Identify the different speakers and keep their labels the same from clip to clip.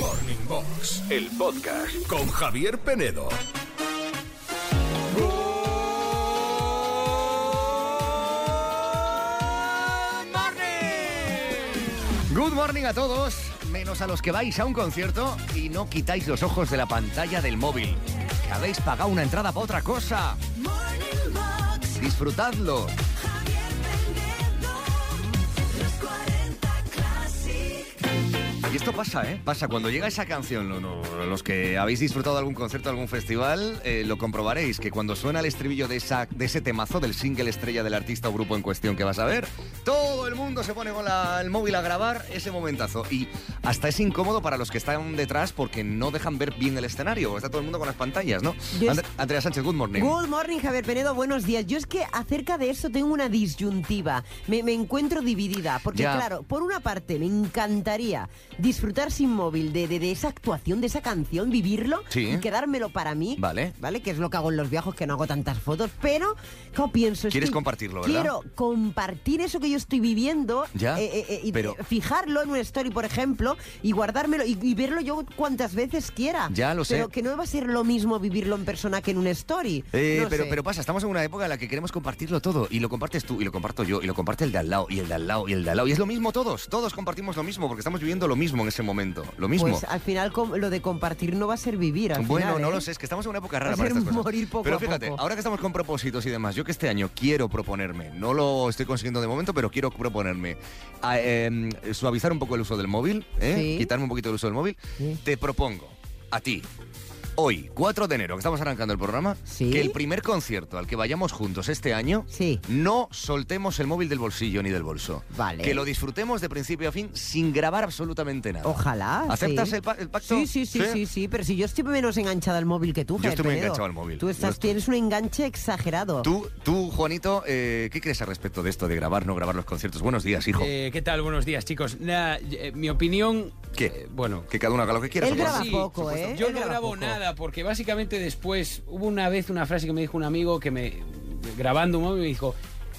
Speaker 1: Morning Box, el podcast con Javier Penedo.
Speaker 2: Good morning a todos, menos a los que vais a un concierto y no quitáis los ojos de la pantalla del móvil. Que habéis pagado una entrada para otra cosa.
Speaker 3: Morning Box,
Speaker 2: Disfrutadlo.
Speaker 3: Javier Penedo, los 40 Classic.
Speaker 2: Y esto pasa, ¿eh? Pasa. Cuando llega esa canción, lo- lo- los que habéis disfrutado de algún concierto, algún festival, eh, lo comprobaréis, que cuando suena el estribillo de, esa, de ese temazo del single estrella del artista o grupo en cuestión que vas a ver, todo el mundo se pone con la- el móvil a grabar ese momentazo. Y hasta es incómodo para los que están detrás porque no dejan ver bien el escenario. Está todo el mundo con las pantallas, ¿no?
Speaker 4: Yo es-
Speaker 2: Andre- Andrea Sánchez, good morning.
Speaker 4: Good morning, Javier Penedo, buenos días. Yo es que acerca de eso tengo una disyuntiva. Me, me encuentro dividida. Porque,
Speaker 2: Ya.
Speaker 4: claro, por una parte, me encantaría disfrutar sin móvil de, de- de esa actuación, de esa canción, vivirlo
Speaker 2: Sí.
Speaker 4: y quedármelo para mí.
Speaker 2: Vale.
Speaker 4: ¿Vale? Que es lo que hago en los viajes, que no hago tantas fotos. Pero, claro, pienso. es
Speaker 2: Quieres
Speaker 4: que
Speaker 2: compartirlo, ¿verdad?
Speaker 4: Quiero compartir eso que yo estoy viviendo.
Speaker 2: Ya,
Speaker 4: eh, eh, eh, y
Speaker 2: pero-
Speaker 4: fijarlo en una story, por ejemplo, y guardármelo y, y verlo yo cuantas veces quiera.
Speaker 2: Ya, lo sé.
Speaker 4: Pero que no va a ser lo mismo vivirlo en persona que en una story.
Speaker 2: Eh,
Speaker 4: No
Speaker 2: pero,
Speaker 4: sé.
Speaker 2: pero pasa, estamos en una época en la que queremos compartirlo todo. Y lo compartes tú, y lo comparto yo, y lo comparte el de al lado, y el de al lado, y el de al lado. Y es lo mismo todos. Todos compartimos lo mismo, porque estamos viviendo lo mismo en ese momento. Lo mismo.
Speaker 4: Pues al final com- lo de compartir no va a ser vivir. al
Speaker 2: bueno,
Speaker 4: final,
Speaker 2: no
Speaker 4: ¿eh?
Speaker 2: lo sé, es que estamos en una época rara
Speaker 4: Va a
Speaker 2: para
Speaker 4: ser
Speaker 2: estas cosas.
Speaker 4: morir poco
Speaker 2: pero
Speaker 4: a
Speaker 2: fíjate,
Speaker 4: poco.
Speaker 2: ahora que estamos con propósitos y demás, yo que este año quiero proponerme, no lo estoy consiguiendo de momento, pero quiero proponerme a, em, suavizar un poco el uso del móvil, ¿eh?
Speaker 4: Sí.
Speaker 2: quitarme un poquito el uso del móvil.
Speaker 4: Sí.
Speaker 2: Te propongo a ti Hoy, 4 de enero, que estamos arrancando el programa,
Speaker 4: Sí.
Speaker 2: que el primer concierto al que vayamos juntos este año,
Speaker 4: Sí.
Speaker 2: no soltemos el móvil del bolsillo ni del bolso.
Speaker 4: Vale.
Speaker 2: Que lo disfrutemos de principio a fin sin grabar absolutamente nada.
Speaker 4: Ojalá.
Speaker 2: ¿Aceptas
Speaker 4: sí.
Speaker 2: el, pa- el pacto?
Speaker 4: Sí, sí, sí, sí, sí, Pero si yo estoy menos enganchada al móvil que tú,
Speaker 2: Yo
Speaker 4: Javier
Speaker 2: estoy muy
Speaker 4: Penedo.
Speaker 2: enganchado al móvil.
Speaker 4: Tú
Speaker 2: Yo
Speaker 4: estás,
Speaker 2: estoy-
Speaker 4: tienes un enganche exagerado.
Speaker 2: Tú, tú Juanito, eh, ¿qué crees al respecto de esto de grabar, no grabar los conciertos? Buenos días, hijo.
Speaker 5: Eh, ¿Qué tal? Buenos días, chicos. Nah, eh, mi opinión.
Speaker 2: ¿Qué?
Speaker 5: eh, bueno.
Speaker 2: que cada uno haga lo que quiera.
Speaker 4: Él
Speaker 2: supongo.
Speaker 4: graba
Speaker 5: Sí,
Speaker 4: poco,
Speaker 5: supuesto.
Speaker 4: ¿eh?
Speaker 5: Yo
Speaker 4: Él
Speaker 5: no
Speaker 4: graba
Speaker 5: grabo
Speaker 4: poco.
Speaker 5: nada, porque básicamente después hubo una vez una frase que me dijo un amigo que me. grabando un móvil me dijo: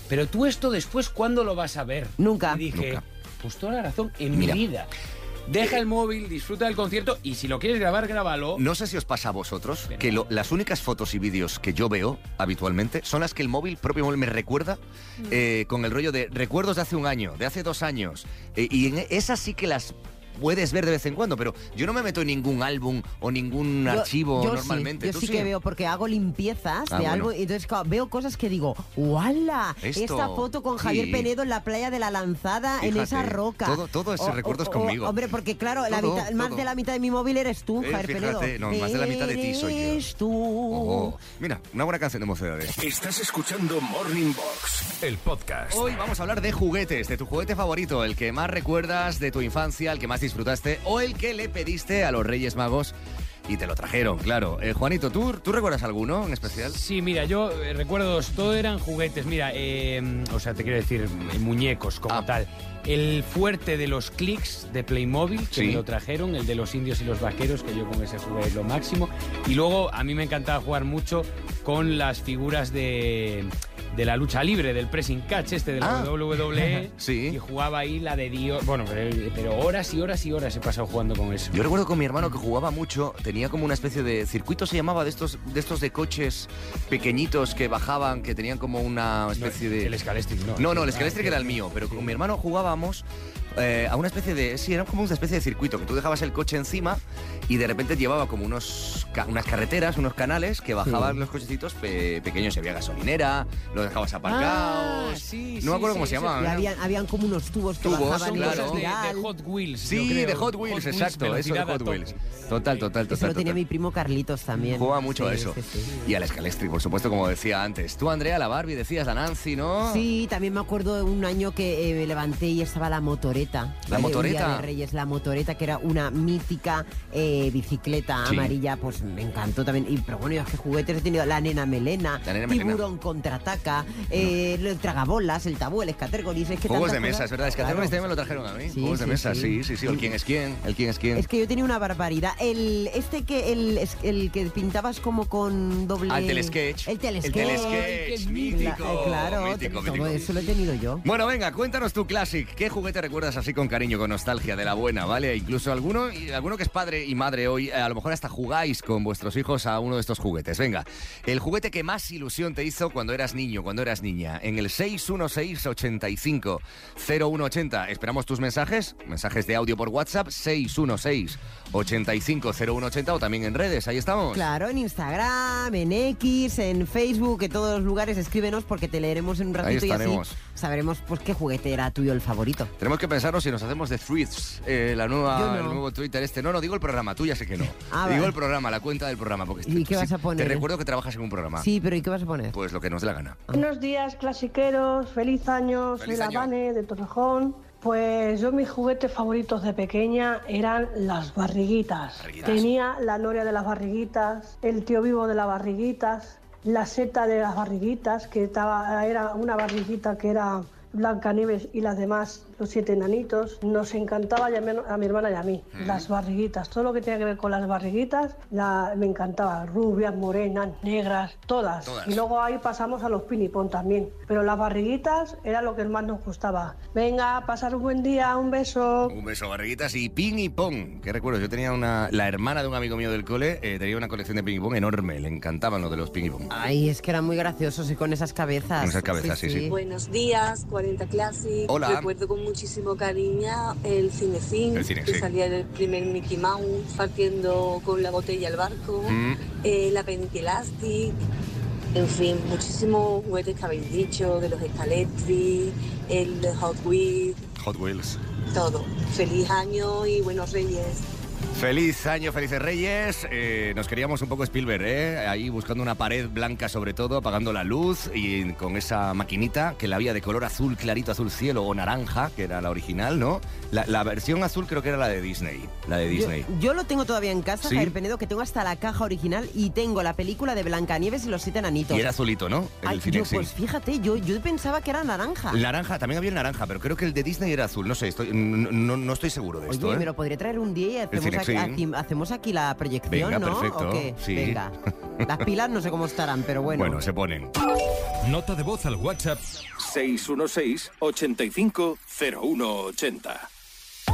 Speaker 5: Pero tú esto después, ¿cuándo lo vas a ver?
Speaker 4: Nunca.
Speaker 5: Y dije:
Speaker 2: Nunca.
Speaker 5: Pues toda la razón en
Speaker 2: Mira.
Speaker 5: mi vida. Deja el móvil, disfruta del concierto y si lo quieres grabar, grábalo.
Speaker 2: No sé si os pasa a vosotros
Speaker 5: Venga.
Speaker 2: que lo- las únicas fotos y vídeos que yo veo habitualmente son las que el móvil, propio móvil, me recuerda
Speaker 4: Mm.
Speaker 2: eh, con el rollo de recuerdos de hace un año, de hace dos años. eh, y en esas sí que las puedes ver de vez en cuando, pero yo no me meto en ningún álbum o ningún
Speaker 4: Yo-
Speaker 2: archivo
Speaker 4: yo sí,
Speaker 2: normalmente.
Speaker 4: yo
Speaker 2: ¿Tú
Speaker 4: sí, que veo porque hago limpiezas de
Speaker 2: Ah, bueno.
Speaker 4: algo y entonces claro, veo cosas que digo, ¡wala!
Speaker 2: Esto,
Speaker 4: Esta foto con Javier
Speaker 2: sí.
Speaker 4: Penedo en la playa de la Lanzada, en
Speaker 2: Fíjate,
Speaker 4: esa roca.
Speaker 2: todo- todo ese recuerdo es conmigo.
Speaker 4: Hombre, porque claro, la
Speaker 2: Todo,
Speaker 4: mitad- más
Speaker 2: todo.
Speaker 4: de la mitad de mi móvil eres tú,
Speaker 2: Eh,
Speaker 4: Javier
Speaker 2: fíjate,
Speaker 4: Penedo.
Speaker 2: no, más de la mitad de ti soy yo.
Speaker 4: Eres tú.
Speaker 2: Oh, mira, una buena canción de mocedades.
Speaker 1: Estás escuchando Morning Box, el podcast.
Speaker 2: Hoy vamos a hablar de juguetes, de tu juguete favorito, el que más recuerdas de tu infancia, el que más disfrutaste o el que le pediste a los Reyes Magos y te lo trajeron, claro. Eh, Juanito, ¿tú, ¿tú recuerdas alguno en especial?
Speaker 5: Sí, mira, yo eh, recuerdo dos, todo eran juguetes, mira, eh, o sea, te quiero decir, eh, muñecos como
Speaker 2: Ah.
Speaker 5: tal. El fuerte de los clics de Playmobil, que
Speaker 2: Sí.
Speaker 5: me lo trajeron, el de los indios y los vaqueros, que yo con ese jugué lo máximo. Y luego a mí me encantaba jugar mucho con las figuras de, de la lucha libre, del pressing catch, este de la
Speaker 2: Ah.
Speaker 5: WWE.
Speaker 2: Sí.
Speaker 5: Y jugaba ahí la de Dios. Bueno, pero, pero horas y horas y horas he pasado jugando con eso.
Speaker 2: Yo recuerdo con mi hermano que jugaba mucho, tenía como una especie de circuito, se llamaba, de estos de, estos de coches pequeñitos que bajaban, que tenían como una especie
Speaker 5: No,
Speaker 2: de...
Speaker 5: El escalestic, no.
Speaker 2: No, no, el
Speaker 5: Ah,
Speaker 2: Skeletric era el mío, pero con mi hermano jugábamos eh, a una especie de. Sí, era como una especie de circuito, que tú dejabas el coche encima y de repente llevaba como unos, ca- unas carreteras, unos canales que bajaban los cochecitos pe- pequeños. y Había gasolinera, los dejabas aparcados.
Speaker 5: Ah, sí,
Speaker 2: no
Speaker 5: sí,
Speaker 2: me acuerdo
Speaker 5: sí,
Speaker 2: cómo se
Speaker 5: eso-
Speaker 2: llamaban.
Speaker 4: Y
Speaker 2: ¿eh?
Speaker 4: habían, habían como unos tubos que
Speaker 2: Tubos,
Speaker 4: bajaban y
Speaker 2: claro.
Speaker 4: los
Speaker 5: Cosas de,
Speaker 4: espiral.
Speaker 5: de Hot Wheels. yo
Speaker 2: Sí,
Speaker 5: creo.
Speaker 2: de Hot
Speaker 5: Wheels,
Speaker 2: Wheels, exacto, eso de
Speaker 5: velocidad a
Speaker 2: Hot
Speaker 5: tope.
Speaker 2: Wheels. Total, total, total.
Speaker 4: Eso lo tenía
Speaker 2: total.
Speaker 4: mi primo Carlitos también.
Speaker 2: Jugaba mucho a
Speaker 4: Sí,
Speaker 2: eso.
Speaker 4: sí, sí.
Speaker 2: Y al Scalestri, por supuesto, como decía antes. Tú, Andrea, la Barbie, decías la Nancy, ¿no?
Speaker 4: Sí, también me acuerdo de un año que eh, me levanté y estaba la motoreta.
Speaker 2: ¿La
Speaker 4: Un día
Speaker 2: motoreta?
Speaker 4: de Reyes, la motoreta, que era una mítica eh, bicicleta
Speaker 2: Sí.
Speaker 4: amarilla, pues me encantó también. Y, pero bueno, yo es que juguetes he tenido la nena melena,
Speaker 2: La nena melena.
Speaker 4: tiburón contraataca, eh, el tragabolas, el tabú, el escatergoris. Es que
Speaker 2: Juegos
Speaker 4: tantas
Speaker 2: de mesa,
Speaker 4: cosas-
Speaker 2: es verdad. Es que
Speaker 4: Claro.
Speaker 2: Atregonis también me lo trajeron a mí.
Speaker 4: Sí,
Speaker 2: Juegos de
Speaker 4: sí,
Speaker 2: mesa,
Speaker 4: sí.
Speaker 2: sí, sí, sí. o El quién es quién, el quién es quién.
Speaker 4: Es que yo tenía una barbaridad. El, este que, el, es- el que pintabas como con doble.
Speaker 2: Ah, el telesketch.
Speaker 4: El telesketch.
Speaker 2: El telesketch,
Speaker 4: Cla-
Speaker 2: mítico,
Speaker 4: eh, Claro,
Speaker 2: mítico,
Speaker 4: todo
Speaker 2: mítico.
Speaker 4: eso lo he tenido yo.
Speaker 2: Bueno, venga, cuéntanos tu classic. ¿Qué juguete recuerdas recuerdas así con cariño, con nostalgia, de la buena, ¿vale? Incluso alguno, y alguno que es padre y madre hoy, eh, a lo mejor hasta jugáis con vuestros hijos a uno de estos juguetes. Venga, el juguete que más ilusión te hizo cuando eras niño, cuando eras niña, en el 616-850180. Esperamos tus mensajes, mensajes de audio por WhatsApp, 616-850180 o también en redes, ahí estamos.
Speaker 4: Claro, en Instagram, en X, en Facebook, en todos los lugares, escríbenos porque te leeremos en un ratito y así
Speaker 2: estaremos.
Speaker 4: sabremos pues qué juguete era tuyo el favorito.
Speaker 2: Tenemos que pensarnos si nos hacemos de Threads, eh, la
Speaker 4: Yo
Speaker 2: nueva,
Speaker 4: no.
Speaker 2: el nuevo Twitter este. No, no, digo el programa, tú ya sé que no.
Speaker 4: Ah,
Speaker 2: digo
Speaker 4: vale.
Speaker 2: el programa, la cuenta del programa. Porque
Speaker 4: ¿Y
Speaker 2: te-
Speaker 4: qué vas a poner?
Speaker 2: Te recuerdo que trabajas en un programa.
Speaker 4: Sí, pero ¿y qué vas a poner?
Speaker 2: Ah. Pues lo que nos dé la gana.
Speaker 6: Buenos días, clasiqueros. Feliz año. Soy
Speaker 2: Feliz
Speaker 6: la
Speaker 2: año.
Speaker 6: Vane de Torrejón. Pues yo mis juguetes favoritos de pequeña eran las barriguitas.
Speaker 2: Barriguitas.
Speaker 6: Tenía la noria de las barriguitas, el tío vivo de las barriguitas, la seta de las barriguitas, que estaba, era una barriguita que era Blancanieves y las demás, los siete enanitos. Nos encantaba y a mi, a mi hermana y a mí, las barriguitas. Todo lo que tenía que ver con las barriguitas la- me encantaba. Rubias, morenas, negras, todas.
Speaker 2: Todas.
Speaker 6: Y luego ahí pasamos a los pinipón también. Pero las barriguitas era lo que más nos gustaba. Venga, pasar un buen día, un beso.
Speaker 2: Un beso, barriguitas y ping y pong. ¿Qué recuerdo? Yo tenía una. La hermana de un amigo mío del cole eh, tenía una colección de ping y pong enorme. Le encantaban lo de los ping y pong.
Speaker 4: Ay, es que eran muy graciosos y con esas cabezas.
Speaker 2: Con esas cabezas, sí, sí.
Speaker 7: Buenos días, 40 Classic.
Speaker 2: Hola.
Speaker 7: Recuerdo con muchísimo cariño el cinecín,
Speaker 2: El cine,
Speaker 7: que
Speaker 2: sí.
Speaker 7: salía el primer Mickey Mouse partiendo con la botella al barco,
Speaker 2: Mm.
Speaker 7: eh, la pentilastic, en fin, muchísimos juguetes que habéis dicho, de los escaletri, el Hot Wheels,
Speaker 2: Hot Wheels.
Speaker 7: todo. Feliz año y buenos reyes.
Speaker 2: Feliz año, felices reyes. Eh, nos queríamos un poco Spielberg, ¿eh? Ahí buscando una pared blanca sobre todo, apagando la luz y con esa maquinita que la había de color azul clarito, azul cielo o naranja, que era la original, ¿no? La, la versión azul creo que era la de Disney. La de
Speaker 4: Yo,
Speaker 2: Disney.
Speaker 4: yo lo tengo todavía en casa,
Speaker 2: ¿Sí?
Speaker 4: Javier Penedo, que tengo hasta la caja original y tengo la película de Blancanieves y los siete enanitos.
Speaker 2: Y era azulito, ¿no? El
Speaker 4: Ay, yo,
Speaker 2: Cinexin.
Speaker 4: pues fíjate, yo, yo pensaba que era naranja.
Speaker 2: Naranja, también había el naranja, pero creo que el de Disney era azul. No sé, estoy, no, no- no estoy seguro de
Speaker 4: Oye,
Speaker 2: esto. ¿eh?
Speaker 4: me lo podré traer un día y hacemos, aquí,
Speaker 2: Cinexin.
Speaker 4: aquí- hacemos aquí la proyección,
Speaker 2: Venga,
Speaker 4: ¿no?
Speaker 2: perfecto,
Speaker 4: ¿O qué?
Speaker 2: sí.
Speaker 4: Venga. Las pilas no sé cómo estarán, pero bueno.
Speaker 2: Bueno, se ponen.
Speaker 1: Nota de voz al WhatsApp 616 85 0180.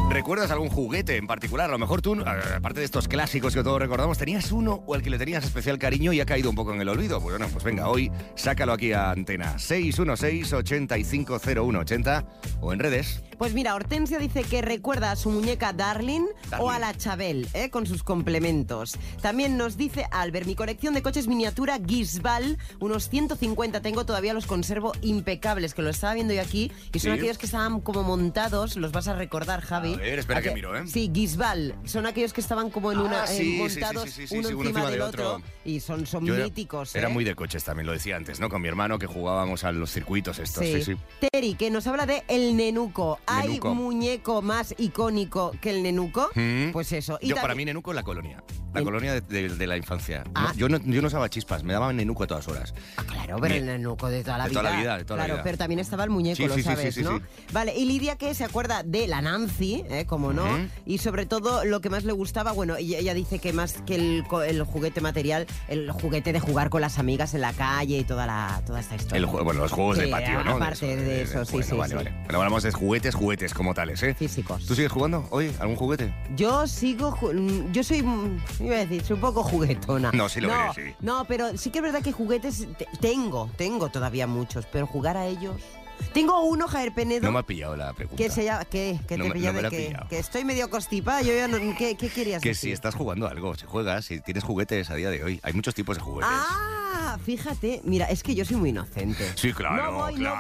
Speaker 2: ¿Recuerdas algún juguete en particular? A lo mejor tú, a- aparte de estos clásicos que todos recordamos, ¿tenías uno o al que le tenías especial cariño y ha caído un poco en el olvido? Pues bueno, pues venga, hoy sácalo aquí a antena 616-850180 o en redes.
Speaker 4: Pues mira, Hortensia dice que recuerda a su muñeca Darling,
Speaker 2: Darling.
Speaker 4: o a la Chabel, ¿eh? con sus complementos. También nos dice Albert, mi colección de coches miniatura Gisbal, unos 150 tengo, todavía los conservo impecables, que lo estaba viendo yo aquí, y son
Speaker 2: Sí.
Speaker 4: aquellos que estaban como montados, los vas a recordar, Javi.
Speaker 2: A ver, espera que
Speaker 4: Aqu-
Speaker 2: miro, ¿eh?
Speaker 4: Sí, Gisbal, son aquellos que estaban como en
Speaker 2: Ah,
Speaker 4: una,
Speaker 2: sí, sí, sí,
Speaker 4: eh, montados
Speaker 2: sí, sí, sí,
Speaker 4: uno
Speaker 2: sí, uno
Speaker 4: encima
Speaker 2: encima
Speaker 4: del
Speaker 2: del
Speaker 4: otro,
Speaker 2: otro.
Speaker 4: y son, son
Speaker 2: Yo era-
Speaker 4: míticos.
Speaker 2: Era
Speaker 4: ¿eh?
Speaker 2: muy de coches también, lo decía antes, ¿no? Con mi hermano que jugábamos a los circuitos estos. Sí, sí.
Speaker 4: Teri, que nos habla de el nenuco. ¿Hay
Speaker 2: Nenuco.
Speaker 4: muñeco más icónico que el nenuco?
Speaker 2: Mm.
Speaker 4: Pues eso. Y
Speaker 2: Yo, para mí,
Speaker 4: también-
Speaker 2: Nenuco es la colonia. La
Speaker 4: En-
Speaker 2: colonia de, de- de la infancia. No,
Speaker 4: Ah.
Speaker 2: yo, no, yo no usaba chispas, me daban Nenuco a todas horas.
Speaker 4: Ah, Claro, pero
Speaker 2: Me-
Speaker 4: el nenuco de toda la
Speaker 2: de
Speaker 4: vida.
Speaker 2: toda la vida, de toda la
Speaker 4: claro,
Speaker 2: vida.
Speaker 4: pero también estaba el muñeco,
Speaker 2: Sí,
Speaker 4: lo
Speaker 2: sí, sí,
Speaker 4: sabes,
Speaker 2: sí, sí,
Speaker 4: ¿no?
Speaker 2: sí.
Speaker 4: Vale, y Lidia que se acuerda de la Nancy, ¿eh? como no,
Speaker 2: Ujú.
Speaker 4: y sobre todo lo que más le gustaba, bueno, ella, ella dice que más que el, co- el juguete material, el juguete de jugar con las amigas en la calle y toda la toda esta historia.
Speaker 2: El ju- bueno, los juegos de
Speaker 4: Sí, ah,
Speaker 2: patio, ¿no?
Speaker 4: aparte de eso, sí,
Speaker 2: bueno,
Speaker 4: sí,
Speaker 2: Vale,
Speaker 4: sí.
Speaker 2: vale. Pero hablamos de juguetes, juguetes como tales, ¿eh?
Speaker 4: Físicos.
Speaker 2: ¿Tú sigues jugando hoy? ¿Algún juguete?
Speaker 4: Yo sigo, ju- mm, yo soy, mm, iba a decir, soy un poco juguetona.
Speaker 2: No, sí lo
Speaker 4: no,
Speaker 2: eres, sí.
Speaker 4: No, pero sí que es verdad que juguetes te- tengo, tengo todavía muchos, pero jugar a ellos. Tengo uno, Javier Penedo,
Speaker 2: No me ha pillado la pregunta.
Speaker 4: que se llama, que, que
Speaker 2: No
Speaker 4: te
Speaker 2: me-
Speaker 4: pilla
Speaker 2: no me
Speaker 4: de
Speaker 2: la he
Speaker 4: que,
Speaker 2: pillado.
Speaker 4: que estoy medio constipada, yo ya no, ¿qué, qué querías
Speaker 2: Que
Speaker 4: decir?
Speaker 2: si estás jugando a algo, si juegas, si tienes juguetes a día de hoy. Hay muchos tipos de juguetes.
Speaker 4: Ah, fíjate, mira, es que yo soy muy inocente.
Speaker 2: Sí, claro,
Speaker 4: no voy,
Speaker 2: claro.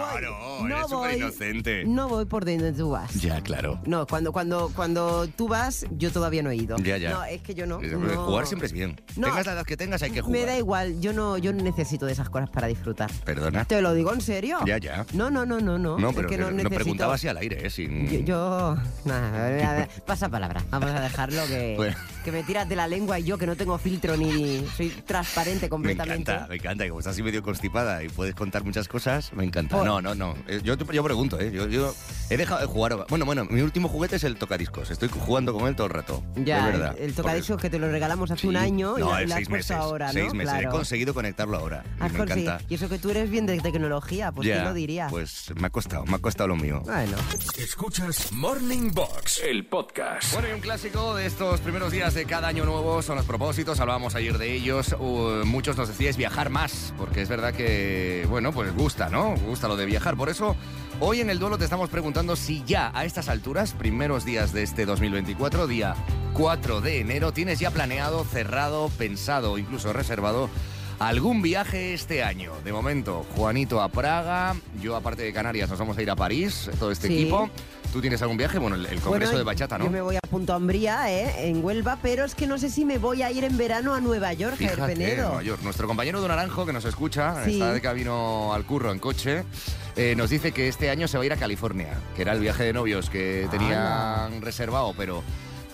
Speaker 4: no voy,
Speaker 2: eres
Speaker 4: no voy,
Speaker 2: inocente.
Speaker 4: No voy por donde tú vas.
Speaker 2: Ya, claro.
Speaker 4: No, cuando, cuando, cuando tú vas, yo todavía no he ido.
Speaker 2: Ya, ya.
Speaker 4: No, es que yo no.
Speaker 2: Eh,
Speaker 4: no.
Speaker 2: Jugar siempre es bien.
Speaker 4: No.
Speaker 2: Tengas la edad que tengas, hay que jugar.
Speaker 4: Me da igual, yo no, yo no necesito de esas cosas para disfrutar.
Speaker 2: Perdona.
Speaker 4: Te lo digo en serio.
Speaker 2: Ya, ya.
Speaker 4: No, no, no, no, no.
Speaker 2: No,
Speaker 4: Es
Speaker 2: pero
Speaker 4: que
Speaker 2: que
Speaker 4: no,
Speaker 2: no,
Speaker 4: necesito.
Speaker 2: preguntaba así al aire, ¿eh? Sin...
Speaker 4: Yo, yo- nada, a ver, a ver, pasa palabra. Vamos a dejarlo que.
Speaker 2: Bueno.
Speaker 4: que me tiras de la lengua y yo que no tengo filtro ni soy transparente
Speaker 2: Me
Speaker 4: completamente.
Speaker 2: encanta, me encanta. y Como estás así medio constipada y puedes contar muchas cosas, me encanta.
Speaker 4: Por-
Speaker 2: No, no, no. Eh, Yo, te- yo pregunto, ¿eh? Yo, yo he dejado de jugar. Bueno, bueno, mi último juguete es el tocadiscos. Estoy jugando con él todo el rato.
Speaker 4: Ya,
Speaker 2: de verdad.
Speaker 4: el, el tocadiscos que te lo regalamos hace
Speaker 2: Porque-
Speaker 4: un
Speaker 2: Sí.
Speaker 4: año
Speaker 2: no,
Speaker 4: y
Speaker 2: es
Speaker 4: lo, lo has
Speaker 2: seis meses.
Speaker 4: puesto ahora, ¿no?
Speaker 2: Seis meses. He
Speaker 4: Claro.
Speaker 2: conseguido conectarlo ahora. y
Speaker 4: Has
Speaker 2: me
Speaker 4: conseguido-
Speaker 2: encanta.
Speaker 4: Y eso que tú eres bien de tecnología, pues
Speaker 2: Ya,
Speaker 4: quién lo diría.
Speaker 2: Pues me ha costado, me ha costado lo mío.
Speaker 4: Bueno.
Speaker 1: Escuchas Morning Box, el podcast.
Speaker 2: Bueno, y un clásico de estos primeros días de cada año nuevo son los propósitos, hablábamos ayer de ellos, Uh, muchos nos decíais viajar más, porque es verdad que, bueno, pues gusta, ¿no? Gusta lo de viajar, por eso hoy en el duelo te estamos preguntando si ya a estas alturas, primeros días de este 2024, día 4 de enero, tienes ya planeado, cerrado, pensado, incluso reservado algún viaje este año. De momento, Juanito a Praga, yo aparte de Canarias nos vamos a ir a París, todo este
Speaker 4: Sí.
Speaker 2: equipo. ¿Tú tienes algún viaje? Bueno, el, el Congreso
Speaker 4: Bueno,
Speaker 2: de Bachata, ¿no?
Speaker 4: Yo me voy a Punto Ambría, ¿eh? en Huelva, pero es que no sé si me voy a ir en verano a Nueva York, Javier
Speaker 2: Fíjate,
Speaker 4: Penedo.
Speaker 2: Nueva York. Nuestro compañero de Naranjo, que nos escucha,
Speaker 4: Sí.
Speaker 2: está de camino al curro en coche, eh, nos dice que este año se va a ir a California, que era el viaje de novios que tenían reservado, pero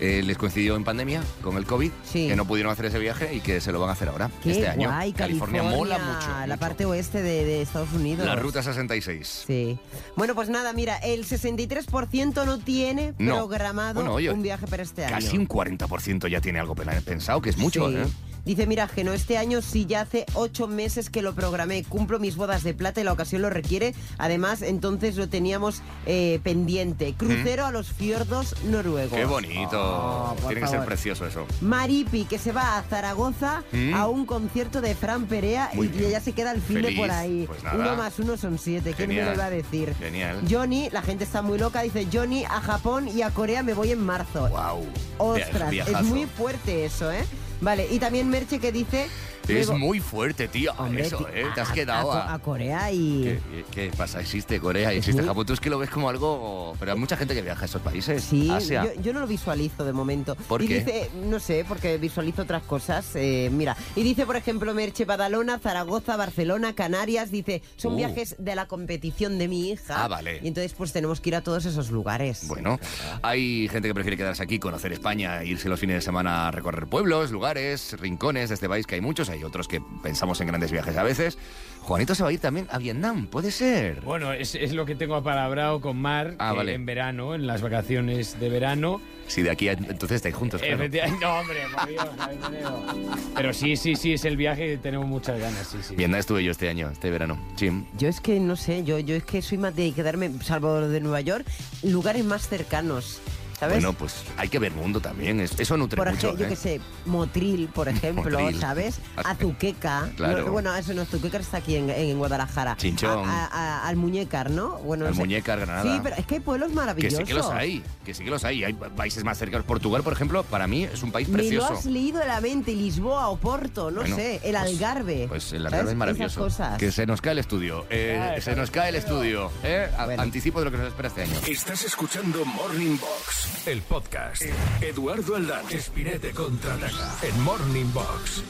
Speaker 2: eh, les coincidió en pandemia con el COVID,
Speaker 4: Sí.
Speaker 2: que no pudieron hacer ese viaje y que se lo van a hacer ahora,
Speaker 4: Qué
Speaker 2: este año.
Speaker 4: guay, California,
Speaker 2: California, mola mucho.
Speaker 4: La
Speaker 2: mucho.
Speaker 4: parte oeste de, de Estados Unidos.
Speaker 2: La ruta 66.
Speaker 4: Sí. Bueno, pues nada, mira, el 63% no tiene
Speaker 2: No.
Speaker 4: programado
Speaker 2: Bueno, oye,
Speaker 4: un viaje para este año.
Speaker 2: Casi un 40% ya tiene algo pena- pensado, que es mucho,
Speaker 4: Sí.
Speaker 2: ¿eh?
Speaker 4: Dice, mira, Geno, este año sí ya hace ocho meses que lo programé. Cumplo mis bodas de plata y la ocasión lo requiere. Además, entonces lo teníamos eh, pendiente. Crucero a los fiordos noruegos.
Speaker 2: Qué bonito.
Speaker 4: Oh, por
Speaker 2: tiene que ser
Speaker 4: favor.
Speaker 2: precioso eso.
Speaker 4: Maripi, que se va a Zaragoza
Speaker 2: Mm.
Speaker 4: a un concierto de Fran Perea
Speaker 2: Muy
Speaker 4: y que
Speaker 2: bien.
Speaker 4: ya se queda el fin de
Speaker 2: Feliz.
Speaker 4: por ahí.
Speaker 2: Pues nada.
Speaker 4: Uno más uno son siete. ¿Quién me
Speaker 2: Genial.
Speaker 4: lo iba a decir?
Speaker 2: Genial.
Speaker 4: Johnny, la gente está muy loca, dice Johnny, a Japón y a Corea me voy en marzo.
Speaker 2: Wow.
Speaker 4: Ostras, es muy fuerte eso, ¿eh? Vale, y también Merche que dice...
Speaker 2: Es
Speaker 4: luego-
Speaker 2: muy fuerte, tío.
Speaker 4: Hombre,
Speaker 2: Eso,
Speaker 4: ti-
Speaker 2: ¿eh? Te has
Speaker 4: a-
Speaker 2: quedado
Speaker 4: a,
Speaker 2: a...
Speaker 4: a Corea y...
Speaker 2: ¿Qué, qué pasa? Existe Corea, y existe
Speaker 4: muy-
Speaker 2: Japón. Tú es que lo ves como algo... Pero hay mucha gente que viaja a esos países.
Speaker 4: pues Sí,
Speaker 2: Asia.
Speaker 4: yo, yo no lo visualizo de momento.
Speaker 2: ¿Por
Speaker 4: y
Speaker 2: qué?
Speaker 4: dice, no sé, porque visualizo otras cosas. eh, mira, y dice, por ejemplo, Merche Badalona, Zaragoza, Barcelona, Canarias, dice, son
Speaker 2: Uh.
Speaker 4: viajes de la competición de mi hija.
Speaker 2: Ah, vale.
Speaker 4: Y entonces pues tenemos que ir a todos esos lugares.
Speaker 2: Bueno, hay gente que prefiere quedarse aquí, conocer España, irse los fines de semana a recorrer pueblos, lugares, rincones de este país, que hay muchos. Hay otros que pensamos en grandes viajes a veces. Juanito se va a ir también a Vietnam, puede ser.
Speaker 5: Bueno, es, es lo que tengo apalabrado con Mar
Speaker 2: Ah,
Speaker 5: que
Speaker 2: vale.
Speaker 5: en verano, en las vacaciones de verano.
Speaker 2: Si de aquí a- entonces estáis juntos, claro.
Speaker 5: Efectivamente- No, hombre, por Dios, Javier Penedo. Pero sí, sí, sí, es el viaje que tenemos muchas ganas, sí, sí.
Speaker 2: Vietnam estuve yo este año, este verano. Chim.
Speaker 4: Yo es que no sé, yo, yo es que soy más de quedarme, salvo lo de Nueva York, lugares más cercanos. ¿Sabes?
Speaker 2: Bueno, pues hay que ver mundo también. es- Eso nutre
Speaker 4: por
Speaker 2: mucho.
Speaker 4: ejemplo, yo
Speaker 2: ¿eh?
Speaker 4: qué sé, Motril, por ejemplo,
Speaker 2: Motril.
Speaker 4: ¿sabes?
Speaker 2: Ah,
Speaker 4: Azuqueca.
Speaker 2: claro.
Speaker 4: No, bueno, eso no, Azuqueca está aquí en, en Guadalajara.
Speaker 2: Chinchón.
Speaker 4: A- a- a- al Muñecar, ¿no? Bueno, no
Speaker 2: Al
Speaker 4: sé.
Speaker 2: Muñecar, Granada.
Speaker 4: Sí, pero es que hay pueblos
Speaker 2: Que
Speaker 4: maravillosos.
Speaker 2: sí que los hay, que sí que los hay. Hay pa- países más cercanos. Portugal, por ejemplo, para mí es un país
Speaker 4: Me lo has
Speaker 2: precioso.
Speaker 4: leído de la mente, Lisboa, Oporto, no
Speaker 2: Bueno,
Speaker 4: sé, el
Speaker 2: pues-
Speaker 4: Algarve.
Speaker 2: Pues el
Speaker 4: ¿sabes?
Speaker 2: Algarve es maravilloso.
Speaker 4: Esas cosas.
Speaker 2: Que se nos cae el estudio. eh,
Speaker 5: Ay,
Speaker 2: se nos cae el estudio. eh, a-
Speaker 4: Bueno.
Speaker 2: Anticipo de lo que nos espera este año.
Speaker 1: Estás escuchando Morning Box, el podcast. Eduardo Aldán, Espinete contraataca en Morning Box.